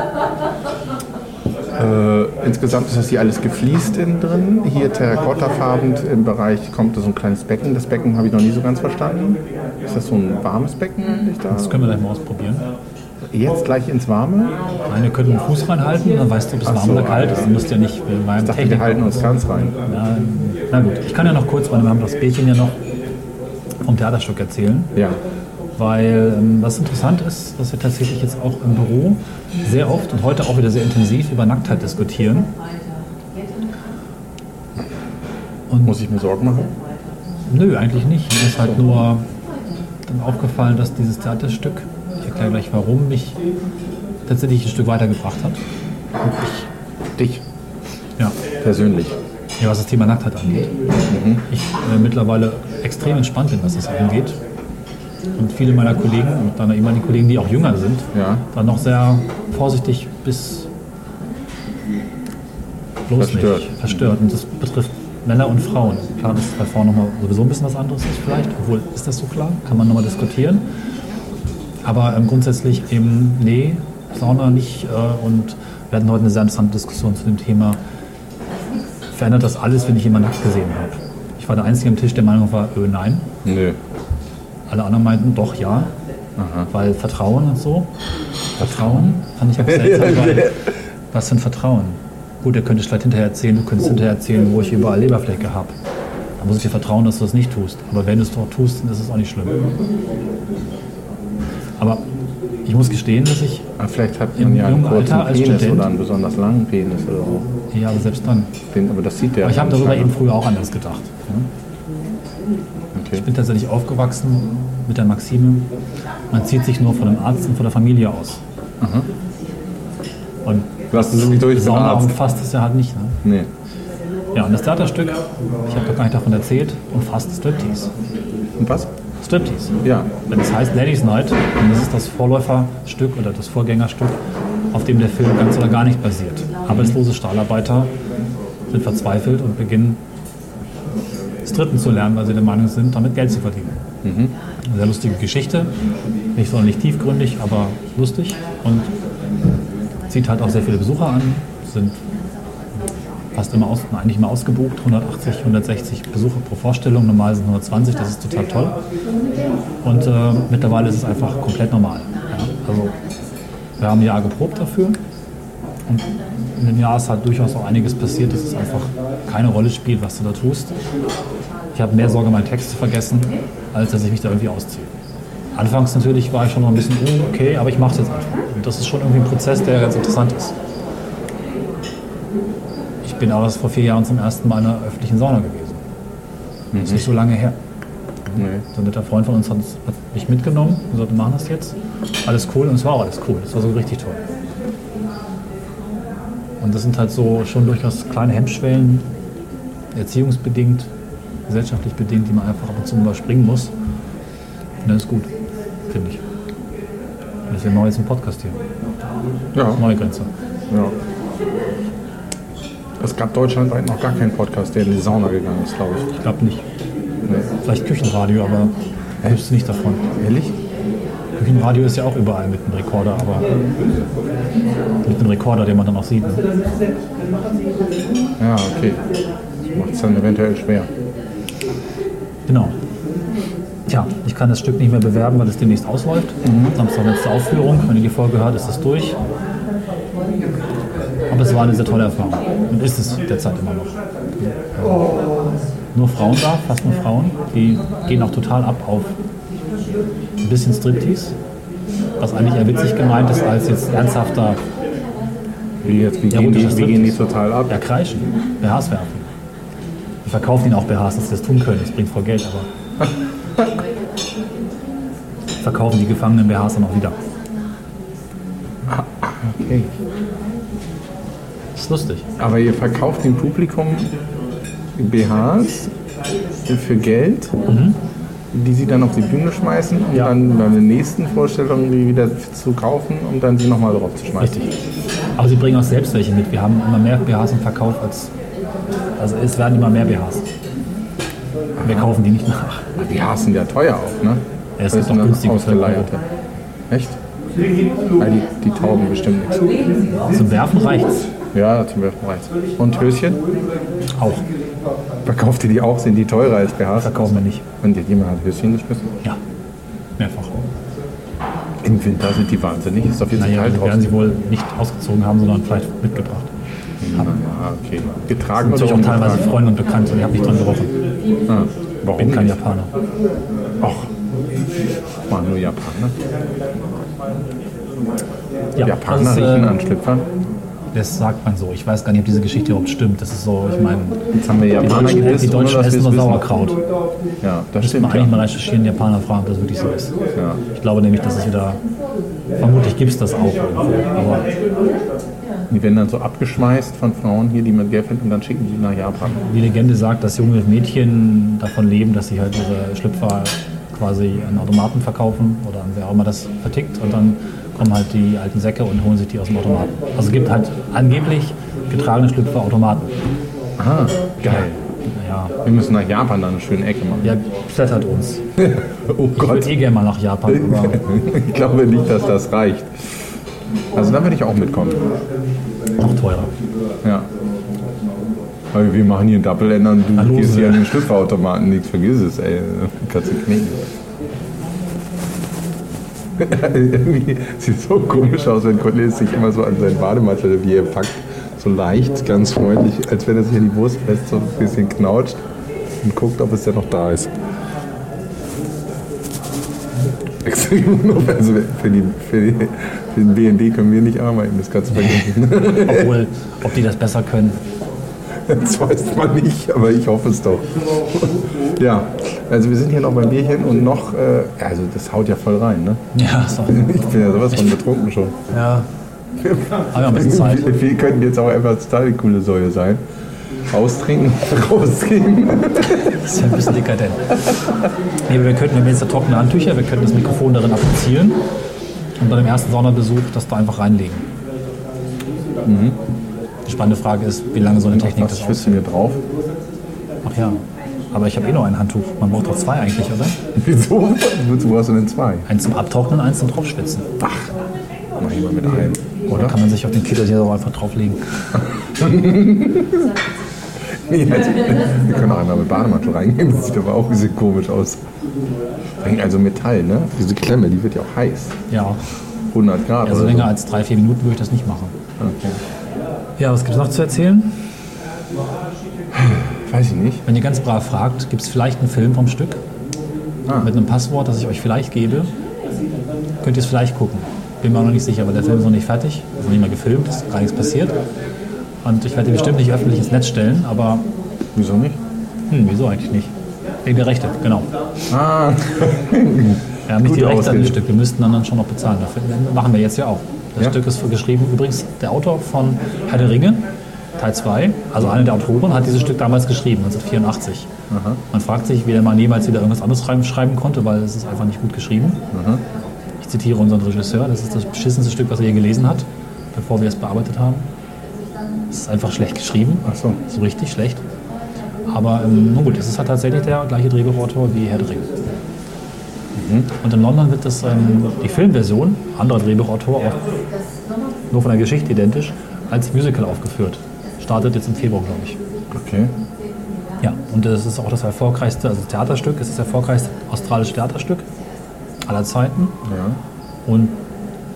S5: Äh, insgesamt ist das hier alles gefliest innen drin. Hier terrakottafarben im Bereich kommt so ein kleines Becken. Das Becken habe ich noch nie so ganz verstanden. Ist das so ein warmes Becken eigentlich da?
S3: Das können wir gleich mal ausprobieren.
S5: Jetzt gleich ins Warme?
S3: Nein, wir können den Fuß reinhalten, dann weißt du, ob es warm
S5: so,
S3: oder kalt
S5: ja.
S3: ist. Du musst ja nicht bei meinem
S5: Ich dachte, wir halten uns ganz rein.
S3: Na, na gut, ich kann ja noch kurz, weil wir haben das Bärchen ja noch vom Theaterstück erzählen.
S5: Ja.
S3: Weil ähm, was interessant ist, dass wir tatsächlich jetzt auch im Büro sehr oft und heute auch wieder sehr intensiv über Nacktheit diskutieren.
S5: Muss ich mir Sorgen machen?
S3: Nö, eigentlich nicht. Mir ist halt nur dann aufgefallen, dass dieses Theaterstück, ich erkläre gleich warum, mich tatsächlich ein Stück weitergebracht hat.
S5: Dich
S3: Ja,
S5: persönlich.
S3: ja was das Thema Nacktheit angeht. Ich äh, mittlerweile extrem entspannt bin, was das angeht. Und viele meiner Kollegen, mit deiner ehemaligen Kollegen, die auch jünger sind,
S5: Ja.
S3: dann noch sehr vorsichtig bis bloß
S5: Verstört.
S3: nicht verstört. Und das betrifft Männer und Frauen. Klar, dass es bei Frauen nochmal sowieso ein bisschen was anderes ist vielleicht, obwohl ist das so klar, kann man nochmal diskutieren. Aber ähm, grundsätzlich eben, nee, Sauna nicht. Äh, und wir hatten heute eine sehr interessante Diskussion zu dem Thema, verändert das alles, wenn ich jemanden nackt gesehen habe? Ich war der Einzige am Tisch, der Meinung war, öh, nein.
S5: Nö.
S3: Alle anderen meinten doch ja, weil Vertrauen und so. Vertrauen fand ich auch seltsam. weil, was für ein Vertrauen? Gut, ihr könntest vielleicht hinterher erzählen, du könntest hinterher erzählen, wo ich überall Leberflecke habe. Da muss ich dir vertrauen, dass du das nicht tust. Aber wenn du es doch tust, dann ist es auch nicht schlimm. Aber ich muss gestehen, dass ich,
S5: Aber Ah, vielleicht hat
S3: Im
S5: man ja einen
S3: jungen
S5: kurzen
S3: Alter als
S5: Penis
S3: Student?
S5: oder einen besonders langen Penis oder so.
S3: ja, aber selbst dann.
S5: Den, aber das sieht der.
S3: Aber ich habe darüber
S5: anscheinend.
S3: eben früher auch anders gedacht. ne?
S5: Okay.
S3: Ich bin tatsächlich aufgewachsen mit der Maxime, man zieht sich nur von dem Arzt und von der Familie aus. Und
S5: Lassen Sie mich durch,
S3: die
S5: ich bin
S3: Sauna
S5: Arzt.
S3: umfasst es ja halt nicht. Ne?
S5: Nee.
S3: Ja, und das Theaterstück, ich habe doch gar nicht davon erzählt, umfasst Striptease.
S5: Und was?
S3: Striptease.
S5: Ja.
S3: Wenn es heißt Ladies Night, dann ist es das Vorläuferstück oder das Vorgängerstück, auf dem der Film ganz oder gar nicht basiert. Arbeitslose Stahlarbeiter sind verzweifelt und beginnen Strippen zu lernen, weil sie der Meinung sind, damit Geld zu verdienen. Eine sehr lustige Geschichte. Nicht sonderlich tiefgründig, aber lustig. Und zieht halt auch sehr viele Besucher an. Sind fast immer aus, eigentlich immer ausgebucht. 180, 160 Besucher pro Vorstellung. Normal sind 120. Das ist total toll. Und äh, mittlerweile ist es einfach komplett normal. Ja, also wir haben ein Jahr geprobt dafür. Und in dem Jahr ist halt durchaus auch einiges passiert, dass es einfach keine Rolle spielt, was du da tust. Ich habe mehr Sorge, meinen Text zu vergessen, als dass ich mich da irgendwie ausziehe. Anfangs natürlich war ich schon noch ein bisschen "Uh, okay, aber ich mache es jetzt einfach. Und das ist schon irgendwie ein Prozess, der ganz interessant ist. Ich bin aber vor vier Jahren zum ersten Mal in einer öffentlichen Sauna gewesen. Das ist nicht so lange her.
S5: Nee.
S3: So ein netter Freund von uns hat, hat mich mitgenommen und gesagt, wir machen das jetzt. Alles cool und es war auch alles cool. Es war so richtig toll. Und das sind halt so schon durchaus kleine Hemmschwellen, erziehungsbedingt, gesellschaftlich bedingt, die man einfach ab und zu überspringen muss. Und dann ist gut, finde ich. Und Deswegen machen wir jetzt einen Podcast hier.
S5: Ja,
S3: Neue Grenze.
S5: ja. Es gab deutschlandweit noch gar keinen Podcast, der in die Sauna gegangen ist, glaube ich.
S3: Ich glaube nicht.
S5: Nee.
S3: Vielleicht Küchenradio, aber ich wüsste nicht davon.
S5: Ehrlich?
S3: Küchenradio ist ja auch überall mit einem Rekorder, aber mit einem Rekorder, den man dann auch sieht. Ne?
S5: Ja, okay. Macht es dann eventuell schwer.
S3: Genau. Tja, ich kann das Stück nicht mehr bewerben, weil es demnächst ausläuft. Samstag letzte Aufführung. Wenn ihr die Folge hört, ist das durch. Aber es war eine sehr tolle Erfahrung. Und ist es derzeit immer noch. Nur Frauen da, fast nur Frauen. Die gehen auch total ab auf ein bisschen Striptease. Was eigentlich eher witzig gemeint ist, als jetzt ernsthafter
S5: Wie jetzt, wie,
S3: Ja,
S5: gehen,
S3: gut,
S5: die,
S3: das
S5: wie
S3: stimmt.
S5: gehen die total ab?
S3: ja, kreischen, BHs werfen. Wir verkaufen ihnen auch BHs, dass sie das tun können. Das bringt voll Geld, aber. verkaufen die gefangenen BHs dann auch wieder.
S5: Okay.
S3: Das ist lustig.
S5: Aber ihr verkauft dem Publikum BHs für Geld, die sie dann auf die Bühne schmeißen, um
S3: Mhm. Ja.
S5: dann bei der nächsten Vorstellung die wieder zu kaufen, um dann sie nochmal drauf zu schmeißen.
S3: Richtig. Aber sie bringen auch selbst welche mit. Wir haben immer mehr BHs im Verkauf als. Also es werden immer mehr BHs. Wir kaufen die nicht nach.
S5: BHs sind ja teuer auch, ne?
S3: Ja, es
S5: Das
S3: gibt auch
S5: sind dann
S3: günstige für
S5: ausgeleierte. Echt? Weil die, die taugen bestimmt nichts.
S3: Zum Werfen reicht's
S5: Ja, zum Beispiel. Und Höschen?
S3: auch.
S5: Verkauft ihr die auch? Sind die teurer als BHs?
S3: Verkaufen wir nicht.
S5: Und jemand hat Höschen geschmissen?
S3: Ja. Mehrfach.
S5: Im Winter sind die wahnsinnig. Ist doch viel zu
S3: Naja,
S5: kalt
S3: die werden
S5: draußen.
S3: sie wohl nicht ausgezogen haben, sondern vielleicht mitgebracht.
S5: Ah, Ja, okay. Getragen
S3: Natürlich auch
S5: oder
S3: teilweise
S5: ungetragen?
S3: Freunde und Bekannte. Ich habe nicht dran gerochen.
S5: Ah,
S3: Ich
S5: warum
S3: bin kein
S5: nicht?
S3: Japaner.
S5: Och, war nur Japaner. ne?
S3: Ja,
S5: Japaner
S3: das, äh,
S5: riechen an Schlüpfer.
S3: Das sagt man so. Ich weiß gar nicht, ob diese Geschichte überhaupt stimmt. Das ist so, ich meine,
S5: Jetzt haben wir
S3: die
S5: Japaner
S3: Deutschen,
S5: gedisst,
S3: die
S5: ohne
S3: Deutschen
S5: dass
S3: essen
S5: wir
S3: nur
S5: es
S3: Sauerkraut.
S5: wissen. Ja,
S3: Müssen
S5: das
S3: wir
S5: stimmt.
S3: eigentlich mal
S5: Ja.
S3: recherchieren, Japaner fragen, ob das wirklich so ist.
S5: Ja.
S3: Ich glaube nämlich, dass es wieder. Vermutlich gibt es das auch irgendwo. Aber
S5: Die werden dann so abgeschmeißt von Frauen hier, die man Geld findet, und dann schicken die nach Japan.
S3: die Legende sagt, dass junge Mädchen davon leben, dass sie halt ihre Schlüpfer quasi an Automaten verkaufen oder an wer auch immer das vertickt und dann kommen halt die alten Säcke und holen sich die aus dem Automaten. Also es gibt halt angeblich getragene Schlüpfer Automaten.
S5: Aha, geil.
S3: Ja,
S5: Wir müssen nach Japan dann eine schöne Ecke machen.
S3: ja blättert uns.
S5: Oh
S3: Ich würde eh gerne mal nach Japan, aber
S5: Ich glaube nicht, dass das reicht. Also da würde ich auch mitkommen.
S3: noch teurer.
S5: Ja. Aber wir machen hier einen Doppelender und du
S3: Na, los,
S5: gehst
S3: ey.
S5: hier an den Schlüpferautomaten. Nichts vergiss es, ey. Kannst du knicken. Irgendwie sieht so komisch aus, wenn Cornelis sich immer so an seinen Bademantel also wie er packt. So leicht, ganz freundlich, als wenn er sich an die Wurst fest so ein bisschen knautscht und guckt, ob es ja noch da ist. Extrem also für, die, für, die, für den BND können wir nicht arbeiten, das kannst du vergessen.
S3: Obwohl, ob die das besser können.
S5: Das weiß man nicht, aber ich hoffe es doch. Ja, also wir sind hier noch beim Bierchen und noch, äh, also das haut ja voll rein, ne?
S3: Ja, so.
S5: Ich bin ja sowas von betrunken schon.
S3: Ja. Haben wir ein bisschen Zeit.
S5: Wir, wir könnten jetzt auch einfach total die coole Säue sein. Austrinken, rausgehen.
S3: Das ist ja ein bisschen dekadent. Nee, aber wir könnten, wir haben jetzt da trockene Handtücher, wir könnten das Mikrofon darin applizieren und bei dem ersten Saunabesuch das da einfach reinlegen. Die spannende Frage ist, wie lange so eine Technik
S5: Was
S3: das aushält.
S5: schwitzen wir drauf?
S3: Ach ja. Aber ich habe eh nur ein Handtuch. Man braucht doch zwei eigentlich, oder?
S5: Wieso? Wozu hast du denn zwei?
S3: Eins zum Abtrocknen, eins zum Draufschwitzen.
S5: Ach, mach ich mal mit einem.
S3: Oder kann man sich auf den Kittel hier auch einfach drauflegen?
S5: Nee, also, wir können auch einmal mit Bademantel reingehen, das sieht aber auch ein bisschen komisch aus. Also Metall, ne? Diese Klemme, die wird ja auch heiß.
S3: Ja.
S5: 100 Grad.
S3: Also
S5: oder so.
S3: länger als drei, vier Minuten würde ich das nicht machen. Ja, was gibt es noch zu erzählen?
S5: Weiß ich nicht.
S3: Wenn ihr ganz brav fragt, gibt es vielleicht einen Film vom Stück
S5: Ah.
S3: mit einem Passwort, das ich euch vielleicht gebe. Könnt ihr es vielleicht gucken. Bin mir auch noch nicht sicher, weil der Film ist noch nicht fertig. Ist noch nicht mal gefilmt, ist gar nichts passiert. Und ich werde ihn bestimmt nicht öffentlich ins Netz stellen, aber
S5: Wieso nicht?
S3: hm, wieso eigentlich nicht? Wegen der Rechte, genau.
S5: Ah,
S3: Wir haben nicht
S5: Gut
S3: die Rechte an
S5: ausgeredet.
S3: dem Stück, wir müssten dann, dann schon noch bezahlen dafür. Machen wir jetzt ja auch. Das
S5: Ja.
S3: Stück ist geschrieben, übrigens der Autor von Herr der Ringe, Teil 2, also einer der Autoren, hat dieses Stück damals geschrieben, 1984. Man fragt sich, wie der Mann jemals wieder irgendwas anderes schreiben, schreiben konnte, weil es ist einfach nicht gut geschrieben. Ich zitiere unseren Regisseur, das ist das beschissenste Stück, was er je gelesen hat, bevor wir es bearbeitet haben. Es ist einfach schlecht geschrieben,
S5: ach so.
S3: so richtig schlecht. Aber ähm, nun gut, es ist halt tatsächlich der gleiche Drehbuchautor wie Herr der Ringe.
S5: Mhm.
S3: Und in London wird das, ähm, die Filmversion, anderer Drehbuchautor, auch nur von der Geschichte identisch, als Musical aufgeführt. Startet jetzt im Februar, glaube ich.
S5: Okay.
S3: Ja, und das ist auch das erfolgreichste, also das Theaterstück, es ist das erfolgreichste australische Theaterstück aller Zeiten.
S5: Ja.
S3: Und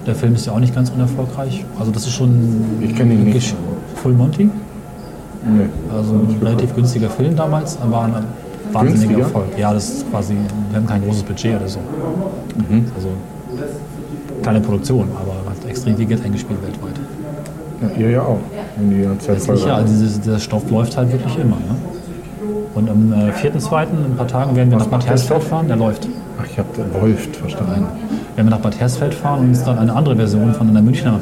S3: der Film ist ja auch nicht ganz unerfolgreich. Also das ist schon
S5: Ich kenne ihn nicht.
S3: Gesch- Full Monty.
S5: Nee.
S3: Also ein relativ günstiger Film damals, aber ein wahnsinniger
S5: Günstiger?
S3: Erfolg. Ja, das ist quasi, wir haben kein großes Budget oder so.
S5: Mhm.
S3: Also kleine Produktion, aber hat extrem viel Geld eingespielt weltweit.
S5: Ja, ihr ja auch. Wenn die ganze Zeit voll
S3: Sicher, also dieses, dieser Stoff läuft halt wirklich immer. Ne? Und am äh, 4.2. in ein paar Tagen werden wir nach Bad
S5: macht der
S3: Hersfeld fahren, der läuft.
S5: Ach, ich hab den läuft, verstanden.
S3: Werden wir nach Bad Hersfeld fahren und uns dann eine andere Version von einer Münchner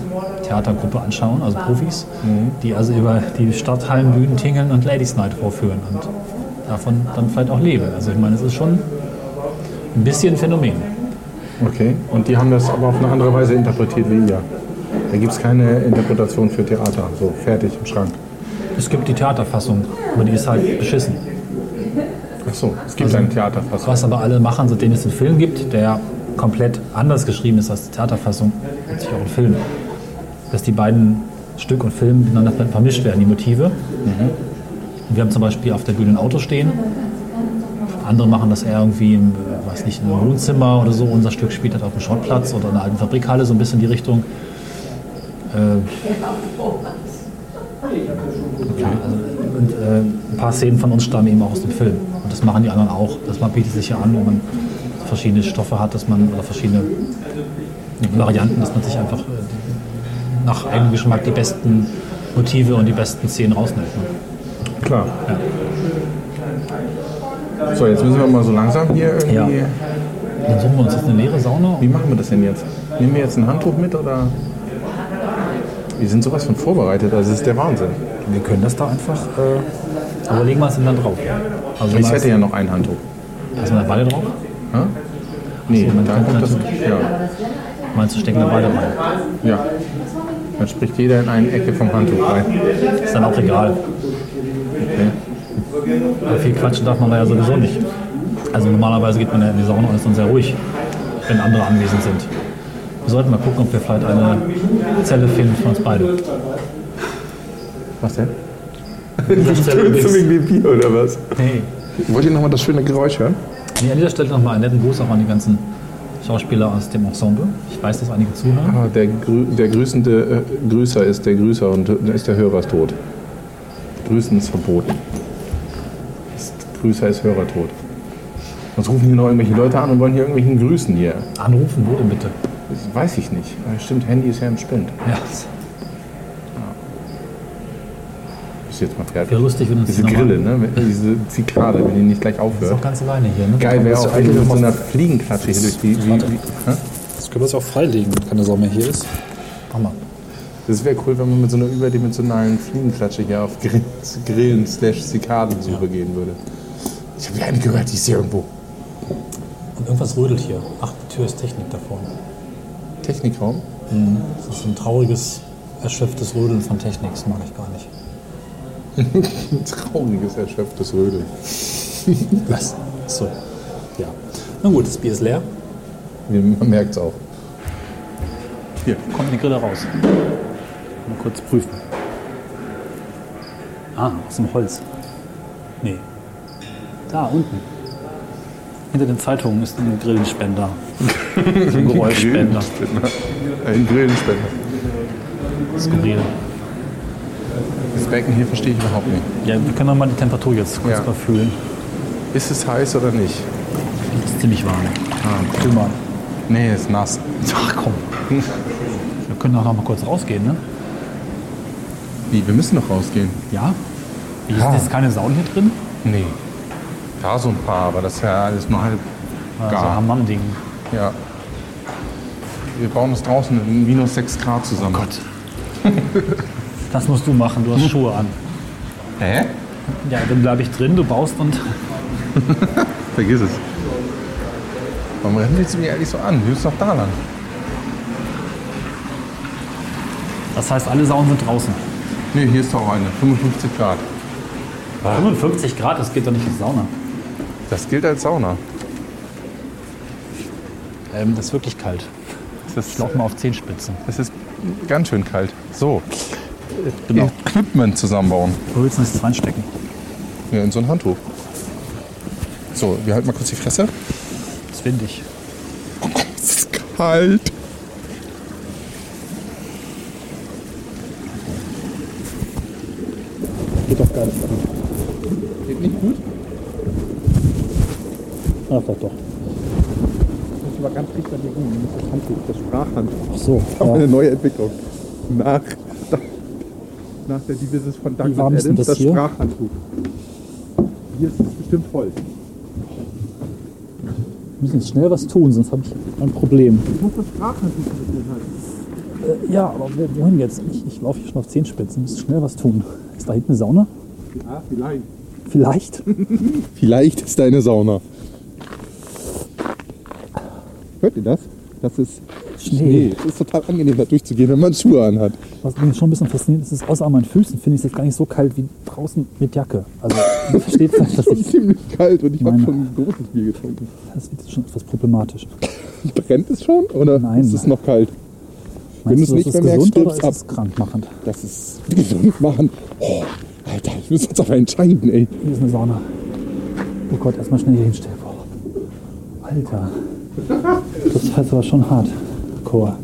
S3: Theatergruppe anschauen, also Profis,
S5: Mhm.
S3: die also über die Stadthallenbühnen tingeln und Ladies Night vorführen und davon dann vielleicht auch leben. Also ich meine, es ist schon ein bisschen ein Phänomen.
S5: Okay. Und die haben das aber auf eine andere Weise interpretiert wie ihr. Da gibt es keine Interpretation für Theater. So, fertig im Schrank.
S3: Es gibt die Theaterfassung, aber die ist halt beschissen.
S5: Ach so, es gibt eine Theaterfassung.
S3: Also, Was aber alle machen, seitdem es einen Film gibt, der komplett anders geschrieben ist als die Theaterfassung, hat sich auch ein Film, dass die beiden Stück und Film miteinander vermischt werden, die Motive. Und wir haben zum Beispiel auf der Bühne ein Auto stehen. Andere machen das eher irgendwie im, äh, weiß nicht, im Wohnzimmer oder so. Unser Stück spielt halt auf dem Schrottplatz oder in einer alten Fabrikhalle, so ein bisschen die Richtung. Und äh, ein paar Szenen von uns stammen eben auch aus dem Film. Und das machen die anderen auch. Das man bietet sich ja an, wenn man verschiedene Stoffe hat, dass man oder verschiedene Varianten, dass man sich einfach äh, nach eigenem Geschmack die besten Motive und die besten Szenen rausnimmt. Ne?
S5: Klar. So, jetzt müssen wir mal so langsam hier irgendwie.
S3: Ja. Dann suchen wir uns jetzt eine leere Sauna.
S5: Wie machen wir das denn jetzt? Nehmen wir jetzt ein Handtuch mit oder? Wir sind sowas von vorbereitet, also das ist der Wahnsinn.
S3: Wir können das da einfach. Äh, aber legen wir es dann drauf. Also
S5: Ich
S3: mal-
S5: hätte ja noch ein Handtuch.
S3: Hast du eine Weile drauf?
S5: Hä? Nee,
S3: Ach so, Also man
S5: da
S3: kann
S5: kommt das.
S3: natürlich-
S5: Ja,
S3: Meinst du, stecken eine Weile rein?
S5: ja. Dann spricht jeder in eine Ecke vom Handtuch rein.
S3: Ist dann auch egal.
S5: Okay.
S3: Aber viel quatschen darf man da ja sowieso nicht. Also normalerweise geht man ja in die Sauna und ist dann sehr ruhig, wenn andere anwesend sind. Wir sollten mal gucken, ob wir vielleicht eine Zelle finden für uns beide.
S5: Was denn?
S3: Das Zelle ist-
S5: dem Bier oder was?
S3: Nee.
S5: Wollt ihr nochmal das schöne Geräusch hören?
S3: Nee, an dieser Stelle nochmal einen netten Gruß auch an die ganzen Schauspieler aus dem Ensemble. Ich weiß, dass einige zuhören.
S5: Ah, der, Grü der grüßende äh, Grüßer ist der Grüßer und äh, ist der Hörer ist tot. Grüßen ist verboten. Ist, Grüßer ist Hörer tot. Sonst rufen hier noch irgendwelche Leute an und wollen hier irgendwelchen grüßen hier.
S3: Anrufen wurde bitte.
S5: Das weiß ich nicht. Ah, Stimmt, Handy ist ja im Spind.
S3: Ja,
S5: Ist jetzt mal fertig.
S3: wäre lustig, wenn uns
S5: Diese
S3: die
S5: Grille, ne? Diese Zikade, wenn die nicht gleich
S3: Ist auch
S5: aufhört.
S3: ganz alleine hier, ne?
S5: Geil wäre
S6: Bist du
S5: auch, wenn die
S6: eigentlich
S5: mit so
S6: noch-
S5: einer Fliegenklatsche hier durch die. Wie, wie, hä?
S6: Das können wir jetzt auch freilegen, wenn keine Sau mehr hier ist.
S3: Mach mal.
S5: das wäre cool, wenn man mit so einer überdimensionalen Fliegenklatsche hier auf Grill- Grillen slash Zikadensuche gehen würde. Ich habe ja eine gehört, die ist hier irgendwo.
S3: Und irgendwas rödelt hier. Ach, die Tür ist Technik da vorne.
S5: Technikraum?
S3: Das ist ein trauriges, erschöpftes Rödeln von Technik. Das mag ich gar nicht.
S5: Ein trauriges, erschöpftes Rödeln.
S3: Was? So. Ja. Na gut, das Bier ist leer.
S5: Man merkt es auch.
S7: Hier,
S8: Kommt die Grille raus. Mal kurz prüfen. Ah, aus dem Holz. Nee. Da unten. Hinter den Zeitungen ist ein Grillenspender. so ein Geräuschspender.
S7: ein Grillenspender.
S8: Skurril.
S7: Das Becken hier verstehe ich überhaupt nicht.
S8: Ja, wir können doch mal die Temperatur jetzt kurz
S7: Ja.
S8: mal fühlen.
S7: Ist es heiß oder nicht?
S8: Die ist ziemlich warm.
S3: Ah.
S8: Fühl mal.
S7: Nee, ist nass.
S8: Ach komm. Wir können auch noch mal kurz rausgehen, ne?
S7: Wie, wir müssen noch rausgehen.
S8: Ja? Ist, ist keine Sauen hier drin?
S7: Nee. Ja, so ein paar, aber das ist ja alles nur halb
S8: Also
S7: gar.
S8: Hammam-Ding.
S7: Ja. Wir bauen es draußen in minus 6 Grad zusammen.
S8: Gott. Das musst du machen,
S3: Hm.
S8: du hast Schuhe an.
S7: Hä?
S8: Ja, dann bleibe ich drin, du baust und
S7: Vergiss es. Warum rennst du mich eigentlich so an? Du bist doch da lang.
S8: das heißt, alle Sauen sind draußen.
S7: Nee, hier ist doch eine. 55 Grad.
S8: 55 Grad, das geht doch nicht in die Sauna.
S7: Das gilt als Sauna.
S8: Ähm, das ist wirklich kalt.
S7: Das
S8: Ich
S7: ist,
S8: laufe mal auf Zehenspitzen.
S7: das ist ganz schön kalt. So,
S8: Genau.
S7: Equipment zusammenbauen.
S8: Wo willst du das jetzt reinstecken?
S7: Ja, in so ein Handtuch.
S5: So, wir halten mal kurz die Fresse.
S8: Ist windig.
S5: Halt!
S3: Geht doch gar nicht gut.
S5: Geht nicht gut.
S3: Ah, vielleicht doch.
S5: Das war ganz dicht an dir rum. Das Handtuch, das Sprachhandtuch.
S3: Ach so.
S5: Eine neue Entwicklung. Nach, nach der Divisis von Douglas
S3: warm ist denn
S5: Adams,
S3: das
S5: das,
S3: hier?
S5: Sprachhandtuch. Hier ist es bestimmt voll.
S3: Wir müssen jetzt schnell was tun, sonst habe ich ein Problem.
S5: Ich muss das Sprachhandtuch mit dir halt. halten.
S3: Äh, ja, aber wo, wohin jetzt? Ich, ich laufe hier schon auf Zehenspitzen. Wir müssen schnell was tun. Ist da hinten eine Sauna?
S5: Ja, vielleicht.
S3: Vielleicht.
S5: Vielleicht ist deine Sauna. Hört ihr das? Das ist
S3: Schnee.
S5: Es ist total angenehm, da durchzugehen, wenn man Schuhe anhat.
S3: Was mich schon ein bisschen fasziniert ist, ist, außer an meinen Füßen finde ich es jetzt gar nicht so kalt wie draußen mit Jacke. Also, man versteht vielleicht, dass
S5: Es ist
S3: ich,
S5: ziemlich kalt und ich habe
S3: Meine-
S5: schon ein großes Bier getrunken.
S3: das wird jetzt schon etwas problematisch.
S5: Brennt es schon oder
S3: Nein.
S5: ist es noch kalt? Wenn du es
S3: Meinst
S5: nicht
S3: das
S5: mehr
S3: ist
S5: merkst,
S3: gesund oder ist
S5: stirbst ab.
S3: es krankmachend?
S5: Das ist gesund machen. Oh, Alter, ich muss uns aber entscheiden, ey.
S3: Hier ist eine Sauna. Oh Gott, erstmal schnell hier hinstellen. Boah. Alter. Das heißt aber schon hart. Chor.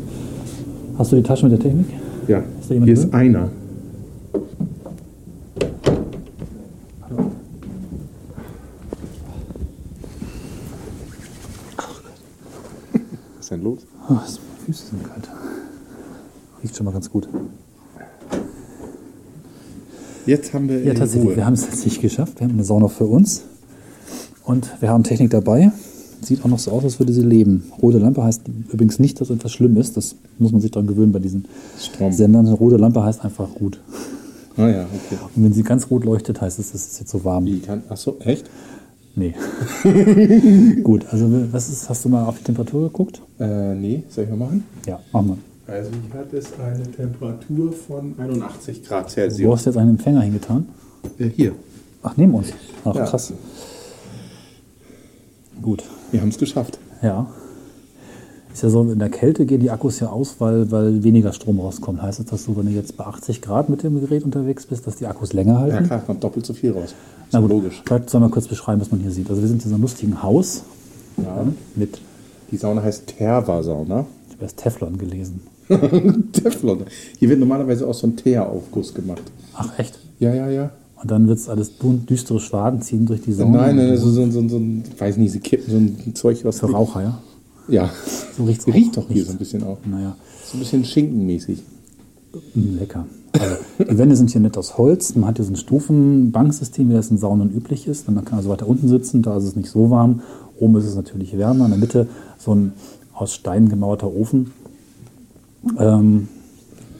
S3: Hast du die Tasche mit der Technik?
S5: Ja,
S3: da jemand drin?
S5: einer. Was ist denn los?
S3: Oh, das- meine Füße sind kalt. Riecht schon mal ganz gut.
S5: Jetzt haben wir
S3: Ja,
S5: in
S3: tatsächlich. Wir
S5: Ruhe.
S3: haben es tatsächlich geschafft. Wir haben eine Sauna für uns. Und wir haben Technik dabei. Sieht auch noch so aus, als würde sie leben. Rote Lampe heißt übrigens nicht, dass etwas schlimm ist. Das muss man sich daran gewöhnen bei diesen
S5: Strom.
S3: Sendern. Eine rote Lampe heißt einfach gut.
S5: Ah ja, okay.
S3: Und wenn sie ganz rot leuchtet, heißt es, es ist jetzt so warm.
S5: Wie kann, ach so, echt?
S3: Nee. Gut, also was ist, hast du mal auf die Temperatur geguckt?
S5: Äh, nee, soll ich mal machen?
S3: Ja, mach mal.
S5: Also hier hat es eine Temperatur von 81 Grad
S3: Du
S5: Celsius.
S3: hast jetzt einen Empfänger hingetan.
S5: Äh, hier,
S3: Ach, neben uns. Ach,
S5: Ja.
S3: Oh, krass. Gut,
S5: wir haben es geschafft.
S3: ja. Ist ja so, in der Kälte gehen die Akkus ja aus, weil, weil weniger Strom rauskommt. Heißt das, dass du, wenn du jetzt bei 80 Grad mit dem Gerät unterwegs bist, dass die Akkus länger halten?
S5: Ja klar, kommt doppelt so viel raus. Ist
S3: Na gut,
S5: logisch.
S3: Vielleicht sollen wir kurz beschreiben, was man hier sieht. Also wir sind in so einem lustigen Haus
S5: Ja.
S3: ähm, mit,
S5: Die Sauna heißt Terva-Sauna.
S3: ich habe erst Teflon gelesen.
S5: Teflon. Hier wird normalerweise auch so ein Teeraufguss gemacht.
S3: Ach, echt?
S5: Ja, ja, ja.
S3: Und dann wird es alles dun- düstere Schwaden ziehen durch die Sonne.
S5: Nein, nein, so, so, so, so ein, weiß nicht, sie kippen so ein Zeug, was.
S3: Für Raucher, ja?
S5: Ja.
S3: So riecht's
S5: Riecht
S3: auch
S5: doch hier so ein
S3: nicht.
S5: bisschen auch.
S3: Naja,
S5: So ein bisschen schinkenmäßig.
S3: mh, lecker. Also, die Wände sind hier nett aus Holz. Man hat hier so ein Stufenbanksystem, wie das in Saunen üblich ist. Und man kann also weiter unten sitzen, da ist es nicht so warm. Oben ist es natürlich wärmer. In der Mitte so ein aus Stein gemauerter Ofen. Ähm,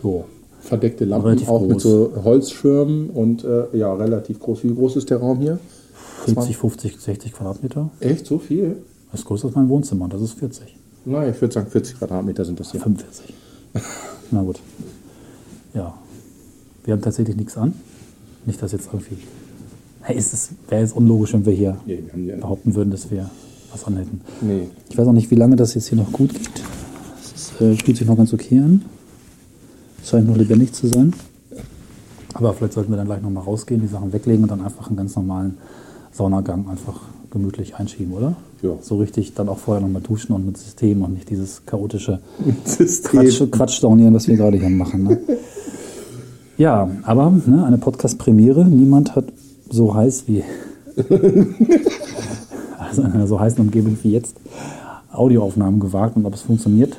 S3: so.
S5: Verdeckte Lampen,
S3: Relativ
S5: auch mit
S3: groß.
S5: so Holzschirmen und äh, ja, relativ groß. Wie groß ist der Raum hier?
S3: 40, 50, 60 Quadratmeter.
S5: Echt so viel?
S3: Das ist größer als mein Wohnzimmer, und das ist 40.
S5: Nein, ich würde sagen 40 Quadratmeter sind das hier.
S3: 45. Na gut. Ja. Wir haben tatsächlich nichts an. Nicht, dass jetzt irgendwie.
S6: Hey, ist es wäre jetzt unlogisch, wenn wir hier
S5: Nee, wir haben die anderen.
S6: behaupten würden, dass wir was anhätten.
S5: Nee.
S6: Ich weiß auch nicht, wie lange das jetzt hier noch gut geht. Es ist, äh, spielt sich noch ganz okay an. Scheint noch lebendig zu sein. Aber vielleicht sollten wir dann gleich nochmal rausgehen, die Sachen weglegen und dann einfach einen ganz normalen Saunagang einfach gemütlich einschieben, oder?
S5: Ja.
S6: So richtig dann auch vorher nochmal duschen und mit System und nicht dieses chaotische Quatsch,
S9: System.
S6: Quatschsaunieren, was wir gerade hier machen. Ne? Ja, aber ne, eine Podcast-Premiere. Niemand hat so heiß wie. also in einer so heißen Umgebung wie jetzt Audioaufnahmen gewagt und ob es funktioniert.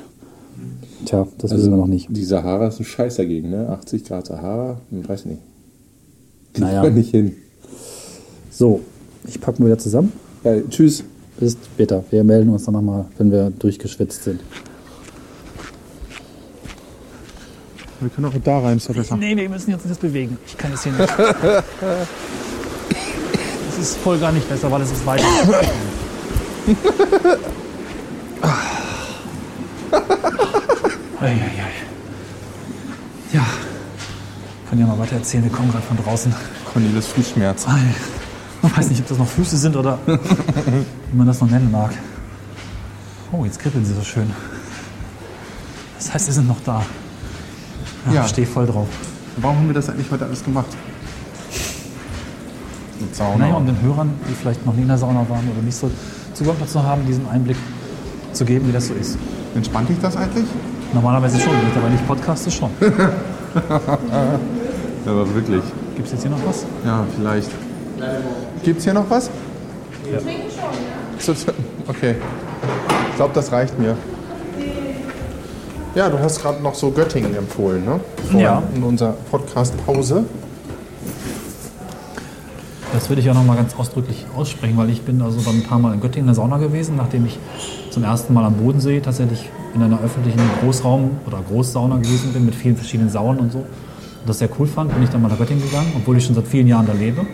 S6: Tja, das wissen wir noch nicht.
S5: Die Sahara ist ein Scheiß dagegen, ne? 80 Grad Sahara, ich weiß nicht.
S6: Naja,
S5: Kann nicht hin.
S6: so, ich packe mal wieder zusammen.
S5: Ja, tschüss.
S6: Bis später. Wir melden uns dann nochmal, wenn wir durchgeschwitzt sind.
S9: Wir können auch da rein, ist doch besser.
S3: Nee, wir müssen jetzt das bewegen. Ich kann das hier nicht. Es ist voll gar nicht besser, weil es ist weit. Eieiei. Ja, können ja mal weiter erzählen. Wir kommen gerade von draußen.
S5: Cornelis Fußschmerz.
S3: Ei, Man weiß nicht, ob das noch Füße sind oder wie man das noch nennen mag. Oh, jetzt kribbeln sie so schön. Das heißt, sie sind noch da. Ja,
S9: Ja.
S3: Ich stehe voll drauf.
S9: Warum haben wir das eigentlich heute alles gemacht?
S5: Und
S3: Naja, um
S5: Sauna.
S3: den Hörern, die vielleicht noch nie in der Sauna waren oder nicht so Zugang dazu haben, diesen Einblick zu geben, wie das so ist.
S9: Entspannt dich das eigentlich?
S3: Normalerweise schon, wenn ich dabei nicht podcaste, schon.
S5: Aber wirklich.
S3: Gibt es jetzt hier noch was?
S9: Ja, vielleicht.
S5: Gibt's hier noch was? Ja. Okay. Ich glaube, das reicht mir. Ja, du hast gerade noch so Göttingen empfohlen, ne?
S3: Ja.
S5: In unserer Podcast-Pause.
S3: Das würde ich auch nochmal ganz ausdrücklich aussprechen, weil ich bin also dann ein paar Mal in Göttingen in der Sauna gewesen, nachdem ich zum ersten Mal am Bodensee tatsächlich in einer öffentlichen Großraum- oder Großsauna gewesen bin mit vielen verschiedenen Saunen und so. Und das sehr cool fand, bin ich dann mal nach Göttingen gegangen, obwohl ich schon seit vielen Jahren da lebe.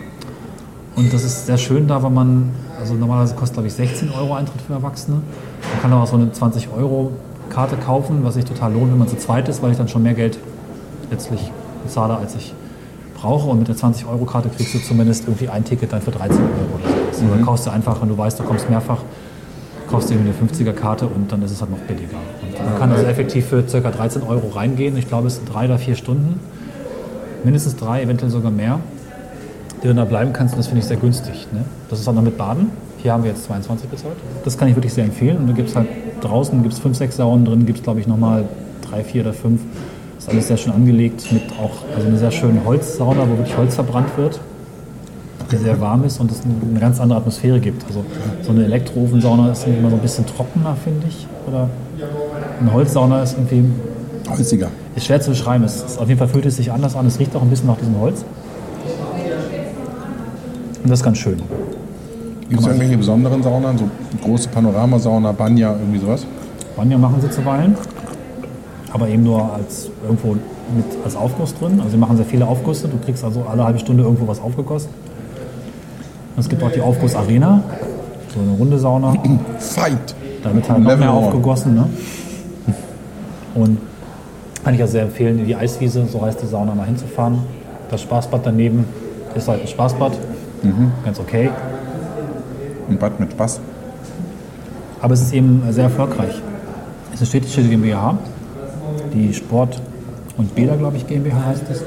S3: Und das ist sehr schön da, weil man, also normalerweise kostet glaube ich 16 Euro Eintritt für Erwachsene. Man kann aber auch so eine 20 Euro Karte kaufen, was sich total lohnt, wenn man zu zweit ist, weil ich dann schon mehr Geld letztlich bezahle, als ich brauche. Und mit der 20-Euro-Karte kriegst du zumindest irgendwie ein Ticket dann für 13 Euro oder so. Mhm. Dann kaufst du einfach, wenn du weißt, du kommst mehrfach, kaufst dir eine 50er-Karte und dann ist es halt noch billiger. Und man kann also effektiv für ca. 13 Euro reingehen. Ich glaube, es sind drei oder vier Stunden. Mindestens drei, eventuell sogar mehr, die du da bleiben kannst. Und das finde ich sehr günstig. Ne? Das ist auch noch mit Baden. Hier haben wir jetzt 22 bezahlt. Das kann ich wirklich sehr empfehlen. Und da gibt es halt draußen gibt's fünf, sechs Saunen drin, gibt es glaube ich nochmal drei, vier oder fünf. Ist alles sehr schön angelegt mit auch also einer sehr schönen Holzsauna, wo wirklich Holz verbrannt wird die sehr warm ist und es eine ganz andere Atmosphäre gibt. Also so eine Elektroofensauna ist immer so ein bisschen trockener, finde ich. Oder eine Holzsauna ist irgendwie
S5: Holziger.
S3: ist schwer zu beschreiben. Es ist, auf jeden Fall fühlt es sich anders an. Es riecht auch ein bisschen nach diesem Holz. Und das ist ganz schön.
S5: Gibt es irgendwelche besonderen Saunen? So große Panoramasauna, Banya, irgendwie sowas?
S3: Banja machen sie zuweilen, aber eben nur als irgendwo mit als Aufguss drin. Also sie machen sehr viele Aufgüsse. Du kriegst also alle halbe Stunde irgendwo was aufgegossen. Und es gibt auch die Aufgussarena, so eine runde Sauna.
S5: Fight!
S3: Da wird halt noch
S5: Level
S3: mehr
S5: One.
S3: aufgegossen. Ne? Und kann ich ja sehr empfehlen, in die Eiswiese, so heißt die Sauna, mal hinzufahren. Das Spaßbad daneben ist halt ein Spaßbad.
S5: Mhm.
S3: Ganz okay.
S5: Ein Bad mit Spaß.
S3: Aber es ist eben sehr erfolgreich. Es ist eine städtische GmbH, die Sport und Bäder, glaube ich, GmbH heißt es.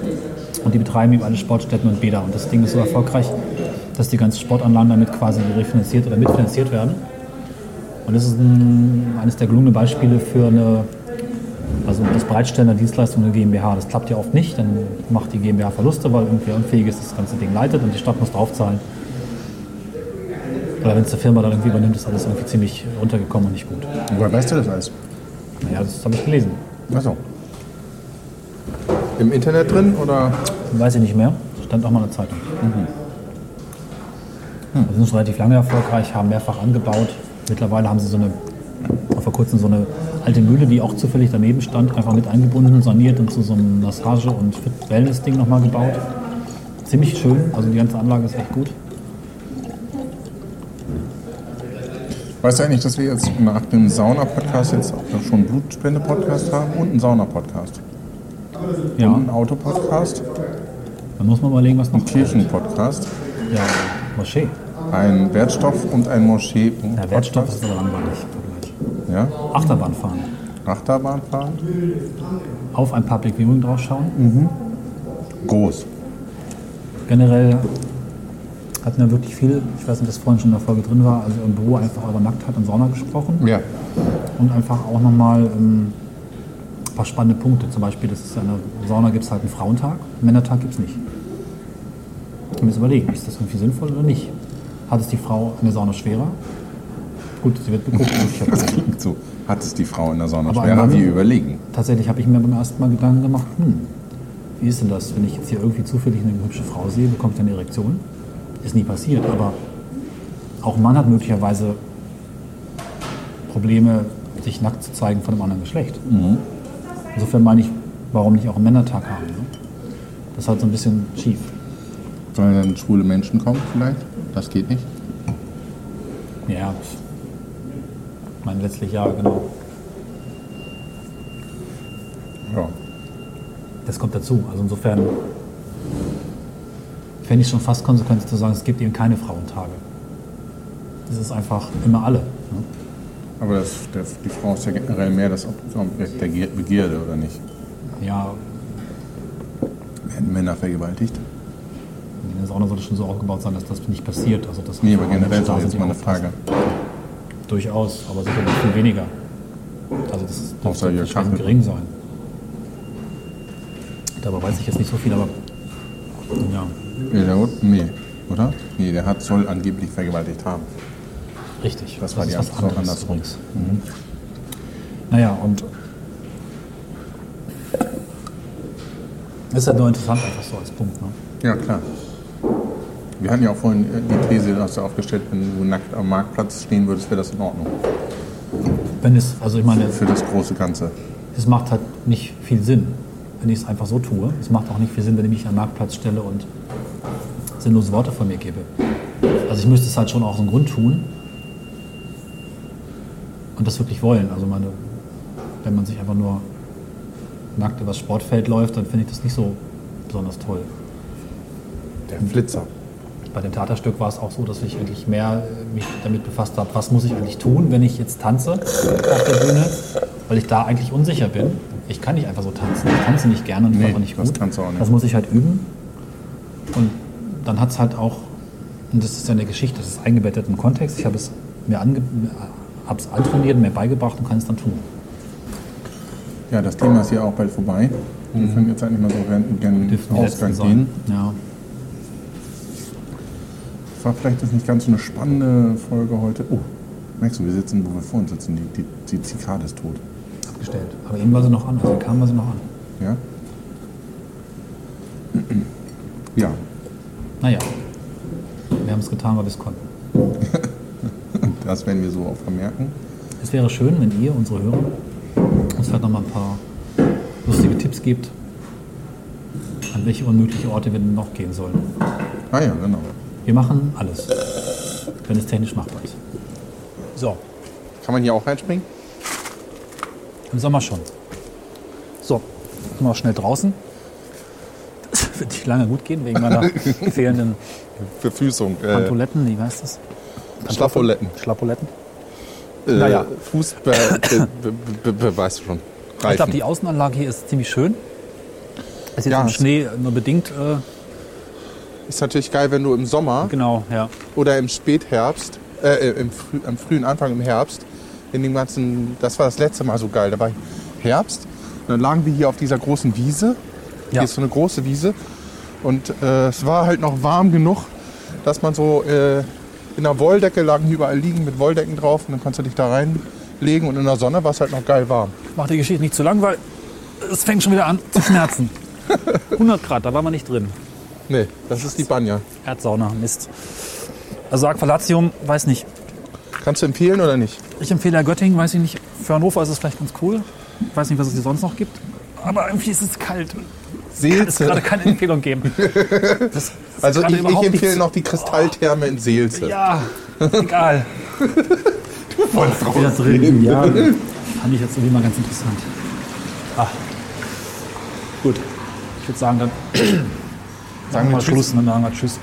S3: Und die betreiben eben alle Sportstätten und Bäder. Und das Ding ist so erfolgreich, dass die ganzen Sportanlagen damit quasi refinanziert oder mitfinanziert werden. Und das ist ein, eines der gelungenen Beispiele für eine, also das Bereitstellen der Dienstleistung der GmbH. Das klappt ja oft nicht, dann macht die GmbH Verluste, weil irgendwer unfähig ist, das ganze Ding leitet und die Stadt muss draufzahlen. Oder wenn es die Firma dann irgendwie übernimmt, ist alles irgendwie ziemlich runtergekommen und nicht gut.
S5: Woher weißt du das alles?
S3: Naja, das habe ich gelesen.
S5: Achso. Im Internet drin oder?
S3: Weiß ich nicht mehr. Stand auch mal in der Zeitung. Wir sind schon relativ lange erfolgreich, haben mehrfach angebaut. Mittlerweile haben sie so eine, vor kurzem so eine alte Mühle, die auch zufällig daneben stand, einfach mit eingebunden, saniert und zu so einem Massage- und Fit- Wellness-Ding nochmal gebaut. Ziemlich schön, also die ganze Anlage ist echt gut.
S5: Weißt du eigentlich, dass wir jetzt nach dem Sauna-Podcast jetzt auch schon einen Blutspende-Podcast haben und einen Sauna-Podcast?
S3: Ja,
S5: Einen Auto-Podcast,
S3: dann muss man überlegen, was noch
S5: einen Kirchen-Podcast.
S3: Ja, Moschee.
S5: Ein Wertstoff und ein Moschee.
S3: Ja, Wertstoff ist aber langweilig.
S5: Ja,
S3: Achterbahn fahren.
S5: Achterbahn fahren.
S3: Auf ein Public Viewing draufschauen.
S5: Groß.
S3: Generell hatten wir wirklich viel, ich weiß nicht, dass vorhin schon in der Folge drin war, also im Büro einfach über Nacktheit und Sauna gesprochen
S5: Ja.
S3: und einfach auch nochmal ähm, ein paar spannende Punkte. Zum Beispiel, das ist ja eine Sauna gibt es halt einen Frauentag, einen Männertag gibt es nicht. Wir müssen überlegen, ist das irgendwie sinnvoll oder nicht? Hat es die Frau in der Sauna schwerer? Gut, sie wird beguckt. ich hab-
S5: Das klingt so. Hat es die Frau in der Sauna
S3: Aber
S5: schwerer?
S3: ein Mann-
S5: Wir überlegen.
S3: Tatsächlich habe ich mir beim ersten Mal Gedanken gemacht, hm, wie ist denn das, wenn ich jetzt hier irgendwie zufällig eine hübsche Frau sehe, bekommt sie eine Erektion? Ist nie passiert, aber auch ein Mann hat möglicherweise Probleme, sich nackt zu zeigen von einem anderen Geschlecht. Insofern meine ich, warum nicht auch einen Männertag haben? Ne? Das ist halt so ein bisschen schief.
S5: Sollen dann schwule Menschen kommen vielleicht? Das geht nicht.
S3: Ja, pf. ich meine letztlich ja, genau.
S5: Ja.
S3: Das kommt dazu. Also insofern fände ich schon fast konsequent zu sagen, es gibt eben keine Frauentage. Es ist einfach immer alle. Ne?
S5: Aber das, der, die Frau ist ja generell mehr das Objekt der Gier- Begierde, oder nicht?
S3: Ja,
S5: Werden Männer vergewaltigt?
S3: in der Sauna sollte schon so aufgebaut sein, dass das nicht passiert. Also das
S5: Nee, aber generell ist jetzt mal eine Frage.
S3: Durchaus, aber sicherlich viel weniger. Also das
S5: Außer ihr
S3: dürfte schon
S5: Kachel.
S3: gering sein. Dabei weiß ich jetzt nicht so viel, aber ja,
S5: Ja, der, nee, oder? Nee, der hat soll angeblich vergewaltigt haben.
S3: richtig.
S5: Das war die
S3: ist was
S5: Antwort auch
S3: anderes
S5: andersrum.
S3: übrigens. Mhm. Naja, und ist halt nur interessant einfach so als Punkt. Ne?
S5: Ja, klar. Wir hatten ja auch vorhin äh, die These, dass du aufgestellt, wenn du nackt am Marktplatz stehen würdest, wäre das in Ordnung.
S3: Wenn es, also ich meine,
S5: Für das große Ganze.
S3: es macht halt nicht viel Sinn, wenn ich es einfach so tue. Es macht auch nicht viel Sinn, wenn ich mich an den Marktplatz stelle und sinnlose Worte von mir gebe. Also ich müsste es halt schon auch so einen Grund tun und das wirklich wollen. Also meine, wenn man sich einfach nur nackt übers Sportfeld läuft, dann finde ich das nicht so besonders toll.
S5: Der Flitzer.
S3: Bei dem Theaterstück war es auch so, dass ich wirklich mehr äh, mich damit befasst habe, was muss ich eigentlich tun, wenn ich jetzt tanze auf der Bühne, weil ich da eigentlich unsicher bin. Ich kann nicht einfach so tanzen. Ich tanze nicht gerne und ich
S5: Nee,
S3: einfach nicht
S5: das
S3: gut.
S5: kannst du auch nicht.
S3: Das muss ich halt üben. Und dann hat es halt auch, und das ist ja eine Geschichte, das ist eingebettet im Kontext. Ich habe es mir ange, hab's antrainiert, mir beigebracht und kann es dann tun.
S5: Ja, das Thema ist ja auch bald vorbei. Wir können jetzt eigentlich mal so gerne
S3: Dürften
S5: den
S3: Mhm. die Letzten
S5: Ausgang
S3: sein.
S5: gehen.
S3: Ja.
S5: Das war vielleicht jetzt nicht ganz so eine spannende Folge heute. Oh, merkst du, wir sitzen, wo wir vorhin sitzen. Die, die, die Zikade ist tot.
S3: Abgestellt. Aber eben war sie noch an, also kam war sie noch an.
S5: Ja? Ja,
S3: Naja, wir haben es getan, weil wir es konnten.
S5: das werden wir so auch vermerken.
S3: Es wäre schön, wenn ihr, unsere Hörer, uns vielleicht noch mal ein paar lustige Tipps gebt, an welche unmögliche Orte wir denn noch gehen sollen.
S5: Ah ja, genau.
S3: Wir machen alles, wenn es technisch machbar ist. So,
S5: Kann man hier auch reinspringen?
S3: im Sommer schon. So, jetzt sind wir auch schnell draußen. Das wird nicht lange gut gehen, wegen meiner fehlenden
S5: Verfüßung. Äh,
S3: Pantoletten, wie heißt das?
S5: Schlappoletten.
S3: Schlappoletten.
S5: Äh,
S3: Naja.
S5: Fußball, be, be, be, be, weißt du schon.
S3: Ich glaube,
S5: Reifen.
S3: die Außenanlage hier ist ziemlich schön. Ist jetzt
S5: Ja,
S3: im
S5: es-
S3: Schnee nur bedingt. Äh,
S5: ist natürlich geil, wenn du im Sommer
S3: genau, ja.
S5: oder im Spätherbst, äh, im frü am frühen Anfang im Herbst, in dem ganzen, das war das letzte Mal so geil, da war Herbst. Und dann lagen wir hier auf dieser großen Wiese.
S3: Ja.
S5: Hier ist so eine große Wiese. Und äh, es war halt noch warm genug, dass man so äh, in der Wolldecke lagen hier überall liegen mit Wolldecken drauf und dann konntest du dich da reinlegen und in der Sonne war es halt noch geil warm.
S3: Mach die Geschichte nicht zu lang, weil es fängt schon wieder an zu schmerzen. 100 Grad, da waren wir nicht drin.
S5: Nee, das ist die Banja.
S3: Erdsauna, Mist. Also Aqualatium, weiß nicht.
S5: Kannst du empfehlen oder nicht?
S3: Ich empfehle ja Göttingen, weiß ich nicht. Für Hannover ist es vielleicht ganz cool. Ich weiß nicht, was es hier sonst noch gibt. Aber irgendwie ist es kalt. Kann es gerade
S5: Seelze.
S3: keine Empfehlung geben. Das ist
S5: Also
S3: gerade
S5: ich, ich
S3: überhaupt
S5: empfehle
S3: nichts.
S5: noch die Kristalltherme in Seelze.
S3: Ja, egal.
S5: Voll
S3: Wieder
S5: drauf.
S3: drin. Ja, fand ich jetzt irgendwie mal ganz interessant. Ah. Gut, ich würde sagen, dann
S5: Sagen wir
S3: mal
S5: Tschüss.
S3: Schluss und dann sagen wir Tschüss.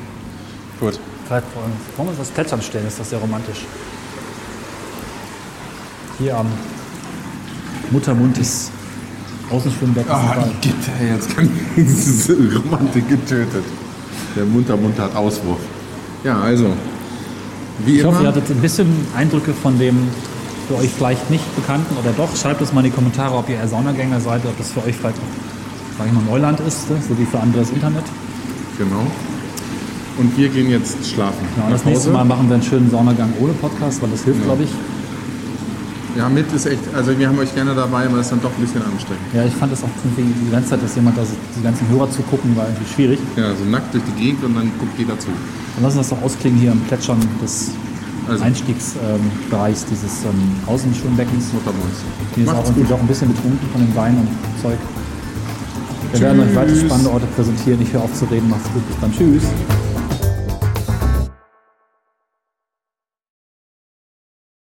S5: Gut.
S3: Vielleicht wollen wir uns das Plätzchen stellen, ist das sehr romantisch. Hier am Muttermund des Außenschwimmbeckens.
S5: Ah,
S3: Oh,
S5: Gitter, jetzt kann diese Romantik getötet. Der munter munter hat Auswurf. Ja, also. Wie
S3: ich
S5: immer.
S3: hoffe, ihr hattet ein bisschen Eindrücke von dem für euch vielleicht nicht bekannten oder doch. Schreibt es mal in die Kommentare, ob ihr eher Saunagänger seid, ob das für euch vielleicht auch, sag ich mal, Neuland ist, ne? so wie für andere das Internet.
S5: genau. Und wir gehen jetzt schlafen.
S3: Genau,
S5: Nach
S3: das nächste
S5: Hause.
S3: Mal machen wir einen schönen Saunagang ohne Podcast, weil das hilft, glaube ich.
S5: Ja, mit ist echt. Also, wir haben euch gerne dabei, weil es dann doch ein bisschen anstrengend.
S3: Ja, ich fand das auch irgendwie die ganze Zeit, dass jemand da so- die ganzen Hörer zu gucken, war irgendwie schwierig.
S5: Ja, so nackt durch die Gegend und dann guckt jeder zu.
S3: Dann lassen wir das doch ausklingen hier im Plätschern des
S5: Also.
S3: Einstiegsbereichs dieses ähm, Außenschwimmbeckens.
S5: Muttermunds.
S3: Hier ist auch,
S5: Macht's
S3: irgendwie
S5: gut.
S3: doch ein bisschen betrunken von dem Wein und Zeug. Wir werden euch weitere spannende Orte präsentieren. Ich höre auf zu reden. Macht's gut. Bis dann. Tschüss.